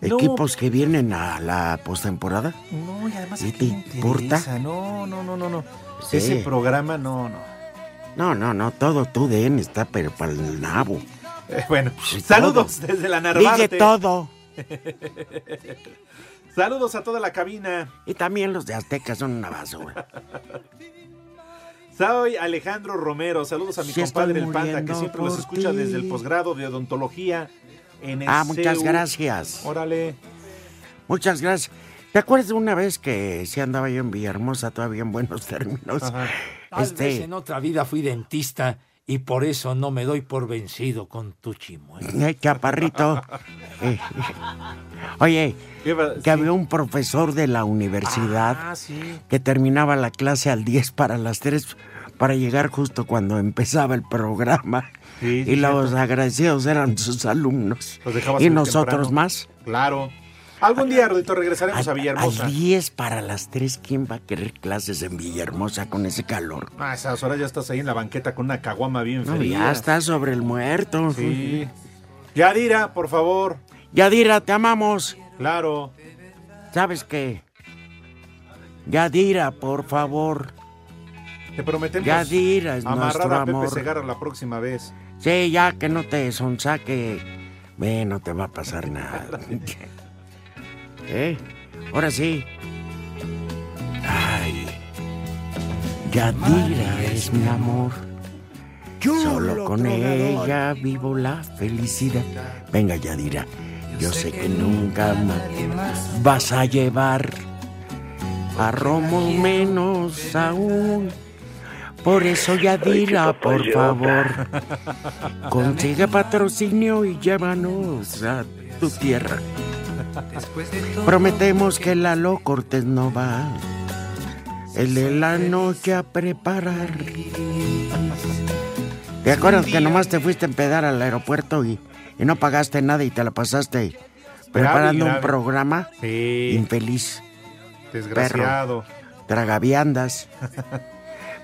Speaker 4: No.
Speaker 5: equipos que vienen a la postemporada?
Speaker 4: No, y además
Speaker 5: ¿Y
Speaker 4: ¿a
Speaker 5: te
Speaker 4: quién le
Speaker 5: importa?
Speaker 4: interesa? No, no, no, no, no.
Speaker 5: Sí.
Speaker 4: Ese programa, no, no.
Speaker 5: No, no, no, todo tu DN está pero para el nabo.
Speaker 4: Eh, bueno,
Speaker 5: Pues,
Speaker 4: saludos
Speaker 5: todo.
Speaker 4: desde la Narvarte.
Speaker 5: Dije todo.
Speaker 4: Saludos a toda la cabina.
Speaker 5: Y también los de Azteca son una basura.
Speaker 4: Soy Alejandro Romero. Saludos a mi
Speaker 5: Sí, estoy
Speaker 4: compadre el Panda, que
Speaker 5: muriendo
Speaker 4: siempre nos
Speaker 5: por
Speaker 4: escucha
Speaker 5: ti.
Speaker 4: desde el posgrado de odontología en el
Speaker 5: Ah, muchas
Speaker 4: CEU.
Speaker 5: gracias.
Speaker 4: Órale.
Speaker 5: Muchas gracias. ¿Te acuerdas de una vez que sí andaba yo en Villahermosa todavía en buenos términos?
Speaker 12: Tal
Speaker 5: Este-
Speaker 12: vez en otra vida fui dentista y por eso no me doy por vencido con tu chimo. ¿eh?
Speaker 5: Eh, chaparrito. Eh, Oye,
Speaker 4: Qué va-
Speaker 5: que había un profesor de la universidad
Speaker 4: Ah, sí.
Speaker 5: que terminaba la clase al 10 para las 3 para llegar justo cuando empezaba el programa.
Speaker 4: Sí, sí,
Speaker 5: y los
Speaker 4: cierto.
Speaker 5: agradecidos eran sus alumnos.
Speaker 4: Los dejaba
Speaker 5: y
Speaker 4: salir
Speaker 5: nosotros
Speaker 4: temprano.
Speaker 5: más.
Speaker 4: Claro. Algún día, Rodito, regresaremos a
Speaker 5: Al,
Speaker 4: Villahermosa.
Speaker 5: al 10 para las 3, ¿quién va a querer clases en Villahermosa con ese calor?
Speaker 4: Ah, a esas horas ya estás ahí en la banqueta con una caguama bien
Speaker 5: No,
Speaker 4: fría.
Speaker 5: ya está sobre el muerto.
Speaker 4: Sí. Yadira, por favor.
Speaker 5: Yadira, te amamos.
Speaker 4: Claro.
Speaker 5: ¿Sabes qué? Yadira, por favor.
Speaker 4: Te prometemos
Speaker 5: Yadira es
Speaker 4: amarrar
Speaker 5: nuestro
Speaker 4: a Pepe
Speaker 5: amor.
Speaker 4: Segarra la próxima vez.
Speaker 5: Sí, ya que no te sonsaque. Ve, no te va a pasar nada. ¿Eh? Ahora sí. Ay. Yadira es mi amor. Solo con ella vivo la felicidad. Venga, Yadira. Yo sé que nunca más vas a llevar a Romo menos aún. Por eso, Yadira, por favor, consigue patrocinio y llévanos a tu tierra. Prometemos que Lalo Cortés no va. El de la noche a preparar. ¿Te acuerdas que nomás te fuiste a empedar al aeropuerto y, y no pagaste nada y te la pasaste preparando
Speaker 4: grave.
Speaker 5: un programa?
Speaker 4: Sí.
Speaker 5: Infeliz,
Speaker 4: Desgraciado.
Speaker 5: tragaviandas.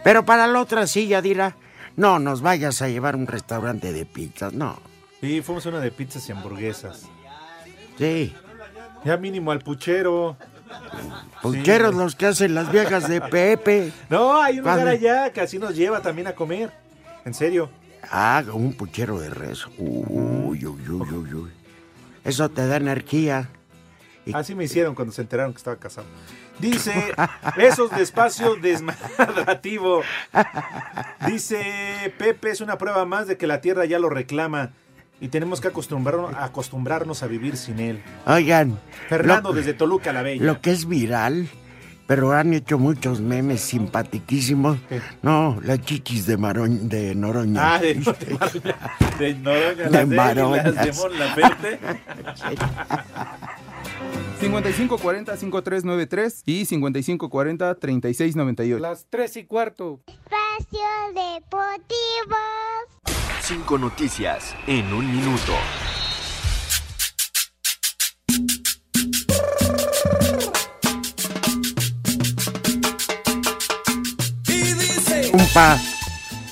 Speaker 5: Pero para la otra silla, Dira, no nos vayas a llevar a un restaurante de pizzas, no.
Speaker 4: Sí, fuimos a una de pizzas y hamburguesas.
Speaker 5: Sí,
Speaker 4: Ya mínimo al puchero.
Speaker 5: pucheros los que hacen las viejas de Pepe.
Speaker 4: No, hay un lugar
Speaker 5: ¿Cuándo?
Speaker 4: allá que así nos lleva también a comer. En serio.
Speaker 5: Haga Ah, un puchero de res. Uy, uy, uy, uy, uy. Eso te da energía.
Speaker 4: Así me hicieron cuando se enteraron que estaba casado. Dice, besos de espacio desmadrativo. Dice, Pepe es una prueba más de que la tierra ya lo reclama y tenemos que acostumbrarnos, acostumbrarnos a vivir sin él.
Speaker 5: Oigan,
Speaker 4: Fernando
Speaker 5: lo,
Speaker 4: desde Toluca la Bella.
Speaker 5: lo que es viral pero han hecho muchos memes simpaticísimos. No, las chichis de, Marón, de Noroña.
Speaker 4: Ah, de, de Noroña. De Noroña.
Speaker 5: De
Speaker 4: las de-
Speaker 5: Maroñas.
Speaker 4: las de Mon Laferte.
Speaker 16: 5540-5393 y 5540-3698.
Speaker 18: Las tres y cuarto.
Speaker 1: Espacio Deportivo.
Speaker 19: Cinco noticias en un minuto.
Speaker 5: Compa,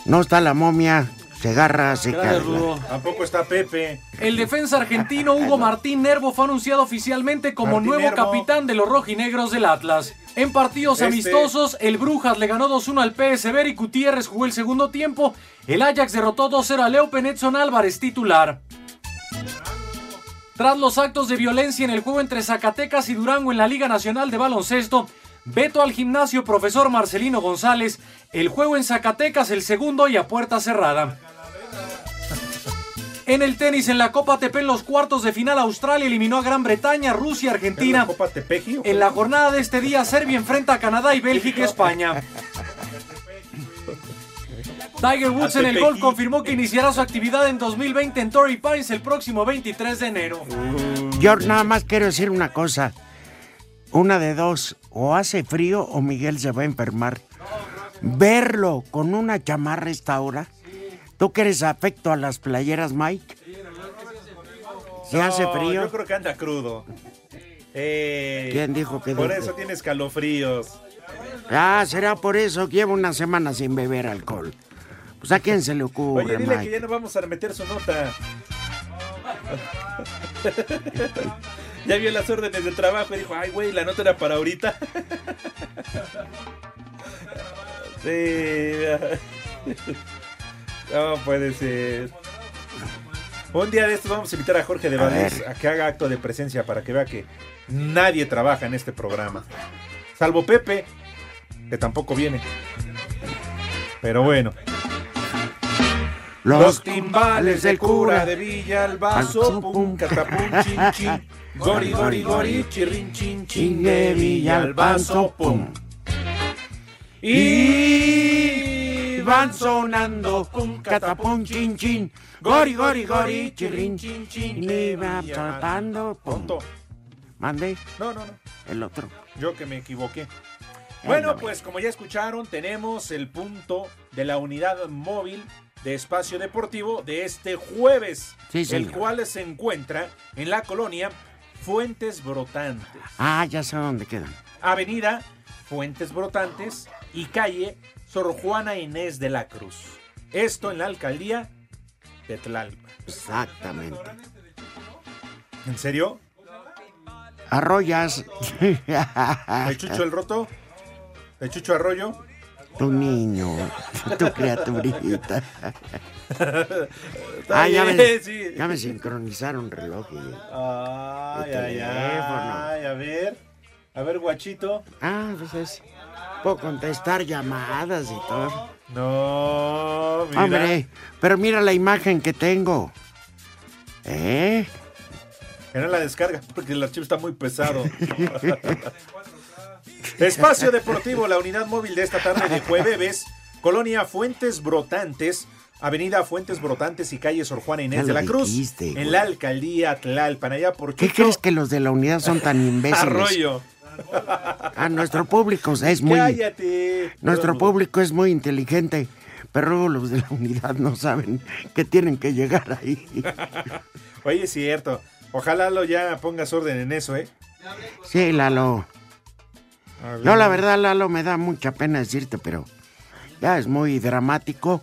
Speaker 5: no está la momia, se agarra, se
Speaker 4: Gracias,
Speaker 5: carga.
Speaker 4: Rudo. Tampoco está Pepe.
Speaker 15: El defensa argentino Hugo Martín Nervo fue anunciado oficialmente como
Speaker 4: Martín
Speaker 15: nuevo
Speaker 4: Nervo.
Speaker 15: capitán de los rojinegros del Atlas. En partidos
Speaker 4: Este.
Speaker 15: amistosos, el Brujas le ganó 2-1 al PSV y Gutiérrez jugó el segundo tiempo. El Ajax derrotó 2-0 a Leo Penetson Álvarez, titular. Tras los actos de violencia en el juego entre Zacatecas y Durango en la Liga Nacional de Baloncesto, veto al gimnasio profesor Marcelino González, el juego en Zacatecas el segundo y a puerta cerrada. En el tenis, en la Copa ATP en los cuartos de final, Australia eliminó a Gran Bretaña, Rusia, y Argentina. En la jornada de este día, Serbia enfrenta a Canadá y Bélgica, España. Tiger Woods en el golf confirmó que iniciará su actividad en 2020 en Torrey Pines el próximo 23 de enero.
Speaker 5: Yo nada más quiero decir una cosa. Una de dos, o hace frío o Miguel se va a enfermar. Verlo con una chamarra a esta hora. ¿Tú que eres afecto a las playeras, Mike? ¿Se hace
Speaker 4: No,
Speaker 5: frío?
Speaker 4: Ah, Yo creo que anda crudo. Eh,
Speaker 5: ¿Quién dijo que
Speaker 4: Por
Speaker 5: de-
Speaker 4: eso tiene escalofríos.
Speaker 5: Ah, será por eso que llevo una semana sin beber alcohol. Pues a quién se le ocurre,
Speaker 4: Oye, dile que
Speaker 5: Mike.
Speaker 4: ya no vamos a meter su nota. ya vio las órdenes de trabajo y dijo, ay, güey, la nota era para ahorita. sí. no puede ser. Un día de estos vamos a invitar a Jorge de
Speaker 5: A
Speaker 4: Valdés
Speaker 5: ver.
Speaker 4: a que haga acto de presencia para que vea que nadie trabaja en este programa. Salvo Pepe, que tampoco viene. Pero bueno.
Speaker 5: Los
Speaker 4: Los timbales del cura
Speaker 5: cura
Speaker 4: de Villa Albazo, pum, catapum, chin, chin. Gori, gori, gori, chirrin, chin, chin de Villa Albazo, pum.
Speaker 5: Y van sonando pum, catapum, chin, chin. Gori, gori, gori, chirrin, chin, chin. Y va tapando, pum. Mandé
Speaker 4: No, no, no.
Speaker 5: el otro.
Speaker 4: Yo que me equivoqué.
Speaker 5: Ay,
Speaker 4: Bueno,
Speaker 5: no me-
Speaker 4: pues como ya escucharon, tenemos el punto de la unidad móvil de espacio deportivo de este jueves,
Speaker 5: Sí,
Speaker 4: el
Speaker 5: señor.
Speaker 4: cual se encuentra en la colonia Fuentes Brotantes,
Speaker 5: Ah, ya sé dónde quedan.
Speaker 4: Avenida Fuentes Brotantes y calle Sor Juana Inés de la Cruz. Esto en la alcaldía de Tlalpan.
Speaker 5: Exactamente.
Speaker 4: ¿En serio?
Speaker 5: Arroyas.
Speaker 4: ¿El Chucho el Roto? ¿El Chucho Arroyo?
Speaker 5: Tu niño, tu criaturita. ah, ya me,
Speaker 4: bien, sí.
Speaker 5: ya me sincronizaron reloj. y-
Speaker 4: Ay,
Speaker 5: El
Speaker 4: ay,
Speaker 5: teléfono.
Speaker 4: ay, a ver. A ver, guachito.
Speaker 5: Ah, pues es. Puedo contestar llamadas y todo.
Speaker 4: No, mira.
Speaker 5: Hombre, pero mira la imagen que tengo. ¿Eh?
Speaker 4: Era la descarga porque el archivo está muy pesado. Espacio Deportivo, la unidad móvil de esta tarde de jueves, Colonia Fuentes Brotantes, Avenida Fuentes Brotantes y calle Sor Juana Inés de
Speaker 5: Ya lo
Speaker 4: la Cruz,
Speaker 5: dijiste, güey.
Speaker 4: en la alcaldía Tlalpan, allá por
Speaker 5: ¿Qué
Speaker 4: Chucho
Speaker 5: crees que los de la unidad son tan imbéciles?
Speaker 4: Arroyo.
Speaker 5: A nuestro público es muy.
Speaker 4: Cállate.
Speaker 5: Nuestro
Speaker 4: Perdón.
Speaker 5: público es muy inteligente, pero luego los de la unidad no saben que tienen que llegar ahí.
Speaker 4: Oye, es cierto. Ojalá lo ya pongas orden en eso, ¿eh?
Speaker 5: Sí, Lalo.
Speaker 4: A ver.
Speaker 5: Yo la verdad, Lalo, me da mucha pena decirte, pero ya es muy dramático.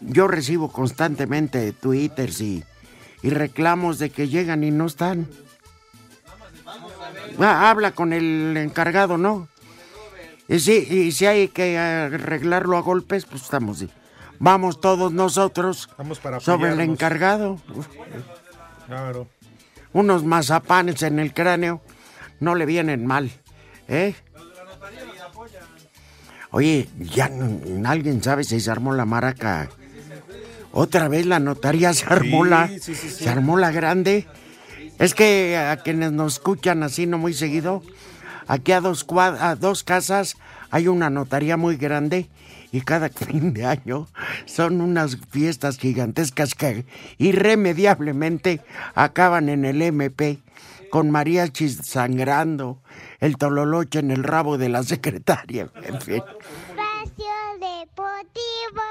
Speaker 5: Yo recibo constantemente twitters y, y reclamos de que llegan y no están. Ah, habla con el encargado, ¿no? Y si, y si hay que arreglarlo a golpes, pues estamos. Vamos todos nosotros
Speaker 4: Estamos para
Speaker 5: sobre el
Speaker 4: apoyarnos.
Speaker 5: encargado.
Speaker 4: Claro.
Speaker 5: Unos mazapanes en el cráneo no le vienen mal, ¿eh? Oye, ya n- alguien sabe si se armó la maraca. Otra vez la notaría se armó la,
Speaker 4: sí, sí, sí.
Speaker 5: se armó la grande. Es que a quienes nos escuchan así no muy seguido, Aquí a dos, cuad- a dos casas hay una notaría muy grande y cada fin de año son unas fiestas gigantescas que irremediablemente acaban en el MP con mariachis sangrando, el tololoche en el rabo de la secretaria, en fin.
Speaker 1: Espacio Deportivo.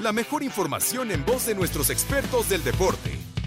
Speaker 19: La mejor información en voz de nuestros expertos del deporte.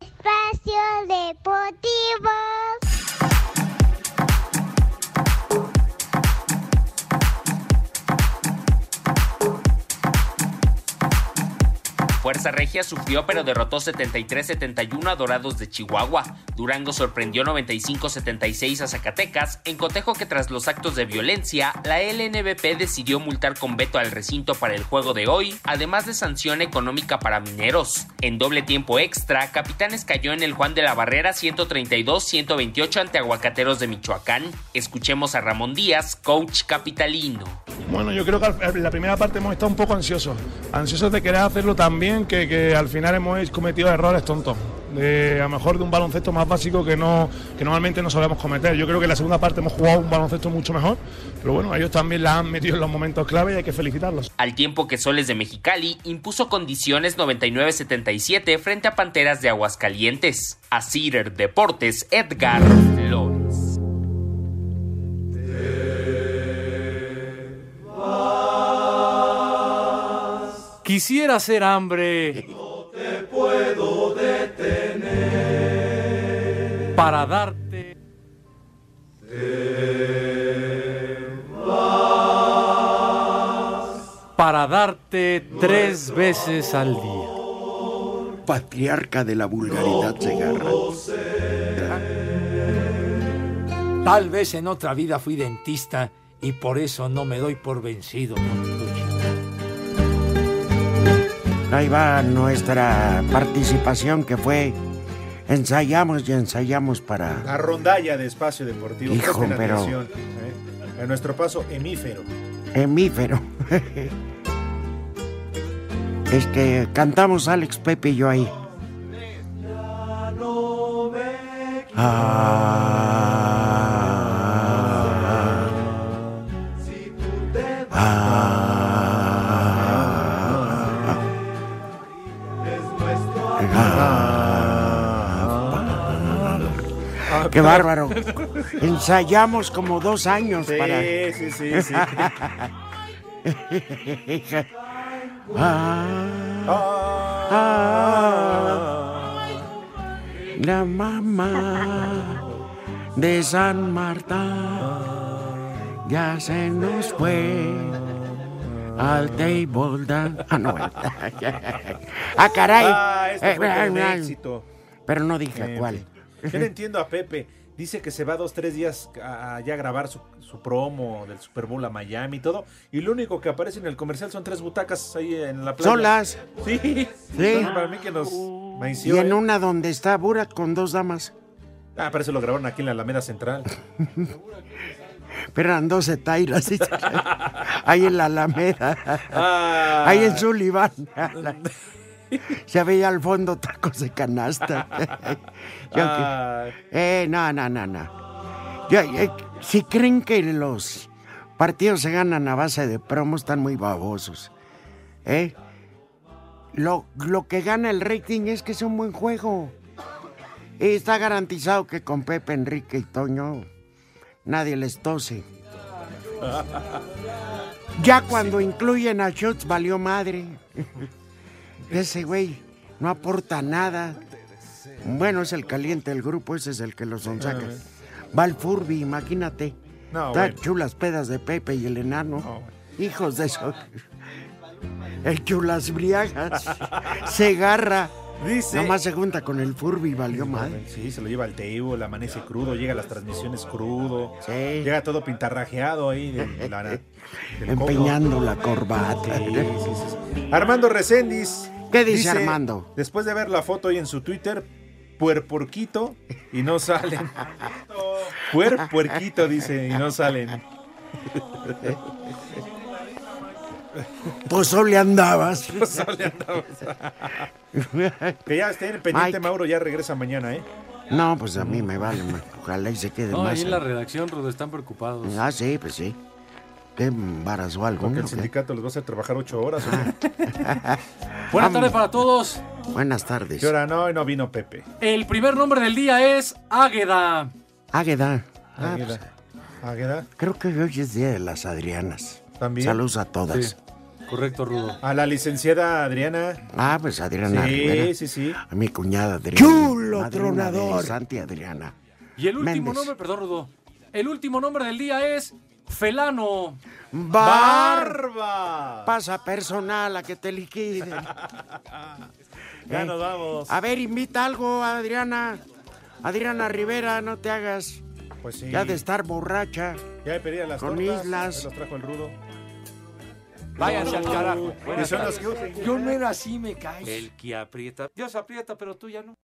Speaker 1: Espacio Deportivo.
Speaker 18: Fuerza Regia sufrió pero derrotó 73-71 a Dorados de Chihuahua. Durango sorprendió 95-76 a Zacatecas en cotejo que tras los actos de violencia, la LNBP decidió multar con veto al recinto para el juego de hoy, además de sanción económica para mineros. En doble tiempo extra, Capitanes cayó en el Juan de la Barrera 132-128 ante Aguacateros de Michoacán. Escuchemos a Ramón Díaz, coach capitalino.
Speaker 20: Bueno, yo creo que al- al- la primera parte hemos estado un poco ansiosos. Ansiosos de querer hacerlo tan bien que, que al final hemos cometido errores tontos. De, Eh, a lo mejor de un baloncesto más básico que, no, que normalmente no solemos cometer. Yo creo que en la segunda parte hemos jugado un baloncesto mucho mejor, pero bueno, ellos también la han metido en los momentos clave y hay que felicitarlos.
Speaker 18: al tiempo que Soles de Mexicali impuso condiciones 99-77 frente a Panteras de Aguascalientes. A Cider Deportes, Edgar Flores.
Speaker 15: Quisiera hacer hambre. No te puedo detener. Para darte. Para darte tres veces al día.
Speaker 5: Patriarca de la vulgaridad Segarra.
Speaker 12: Tal vez en otra vida fui dentista y por eso no me doy por vencido.
Speaker 5: Ahí va nuestra participación que fue ensayamos y ensayamos para...
Speaker 4: La rondalla de espacio deportivo.
Speaker 5: Hijo,
Speaker 4: Presten
Speaker 5: pero-
Speaker 4: atención. ¿eh? A nuestro paso hemífero.
Speaker 5: Hemífero. Este, cantamos Alex Pepe y yo ahí. Ah. Ah. Ah. Qué bárbaro. Ensayamos como dos años
Speaker 4: Sí,
Speaker 5: para.
Speaker 4: sí, sí, sí.
Speaker 5: Ah,
Speaker 4: Ah,
Speaker 5: La mamá de San Marta ya se nos fue al table dan- Ah, no. bueno. ah, caray.
Speaker 4: Ah, este
Speaker 5: Eh,
Speaker 4: fue
Speaker 5: eh,
Speaker 4: todo un
Speaker 5: eh,
Speaker 4: éxito.
Speaker 5: Pero no dije
Speaker 4: Eh,
Speaker 5: cuál.
Speaker 4: Yo no entiendo a Pepe. Dice que se va dos, tres días a, a ya grabar su, su promo del Super Bowl a Miami y todo. Y lo único que aparece en el comercial son tres butacas ahí en la playa.
Speaker 5: Solas.
Speaker 4: Sí. Entonces, para mí que nos
Speaker 5: Y
Speaker 4: maició,
Speaker 5: en
Speaker 4: ¿eh?
Speaker 5: una donde está Burak con dos damas.
Speaker 4: Ah, pero eso lo grabaron aquí en la Alameda Central.
Speaker 5: Pero eran 12 tailas. dice. Ahí en la Alameda.
Speaker 4: Ah.
Speaker 5: Ahí en Sullivan. Se veía al fondo tacos de canasta. Yo que-
Speaker 4: Ah.
Speaker 5: Eh, no, no, no, no. Yo- eh, si creen que los partidos se ganan a base de promos, están muy babosos. ¿Eh? Lo, lo que gana el rating es que es un buen juego. Y está garantizado que con Pepe, Enrique y Toño nadie les tose. Ya cuando incluyen a Schutz, valió madre. Ese güey no aporta nada. Bueno, es el caliente del grupo, ese es el que los sonsaca. Va el Furby, imagínate.
Speaker 4: No,
Speaker 5: Está
Speaker 4: bueno.
Speaker 5: chulas pedas de Pepe y el enano. Hijos de eso. El chulas briagas. Se agarra.
Speaker 4: Dice.
Speaker 5: Nomás se junta con el Furby, valió mal.
Speaker 4: Sí, se lo lleva al table, amanece crudo, llega a las transmisiones crudo. Llega todo pintarrajeado ahí. de la- del codo.
Speaker 5: Empeñando la corbata.
Speaker 4: Armando Reséndiz.
Speaker 5: ¿Qué dice Armando?
Speaker 4: Después de ver la foto hoy en su Twitter, puerporquito y no salen. Puerpuerquito dice y no salen.
Speaker 5: Pues solo le andabas.
Speaker 4: Pues solo le andabas. que ya estén pendiente,
Speaker 5: Mike.
Speaker 4: Mauro, ya regresa mañana, ¿eh?
Speaker 5: No, pues a mí me vale. ma- Ojalá y se quede
Speaker 15: No, ahí
Speaker 5: más.
Speaker 15: en la redacción, Rudo, están preocupados.
Speaker 5: Ah, sí, pues sí. Qué embarazo algo.
Speaker 4: Porque el sindicato les va a hacer trabajar ocho horas. ¿o
Speaker 5: Ah,
Speaker 4: qué?
Speaker 15: Buenas tardes para todos.
Speaker 5: Buenas tardes.
Speaker 4: ¿Qué hora? No, hoy no vino Pepe.
Speaker 15: El primer nombre del día es Águeda.
Speaker 5: Águeda. Ah,
Speaker 4: Águeda. Águeda.
Speaker 5: pues, creo que hoy es día de las Adrianas.
Speaker 4: También.
Speaker 5: Saludos a todas.
Speaker 4: Sí.
Speaker 15: Correcto, Rudo.
Speaker 4: A la licenciada Adriana.
Speaker 5: Ah, pues Adriana
Speaker 4: sí,
Speaker 5: Rivera.
Speaker 4: sí, sí.
Speaker 5: A mi cuñada Adriana.
Speaker 4: ¡Chulo
Speaker 5: madrina de
Speaker 4: tronador!
Speaker 5: Santi Adriana.
Speaker 15: Y el último
Speaker 5: Méndez.
Speaker 15: nombre, perdón, Rudo. El último nombre del día es Felano.
Speaker 5: ¡Barba! Pasa personal a que te liquiden.
Speaker 4: Ya
Speaker 5: Eh,
Speaker 4: nos vamos.
Speaker 5: A ver, invita algo, Adriana. Adriana Rivera, no te hagas.
Speaker 4: Pues sí.
Speaker 5: Ya de estar borracha.
Speaker 4: Ya de pedir a las
Speaker 5: Con
Speaker 4: tortas,
Speaker 5: islas.
Speaker 4: Los trajo el rudo.
Speaker 12: Váyanse al carajo.
Speaker 4: Y son las que-
Speaker 12: Yo no era así, me caes.
Speaker 15: El que aprieta. Dios aprieta, pero tú ya no.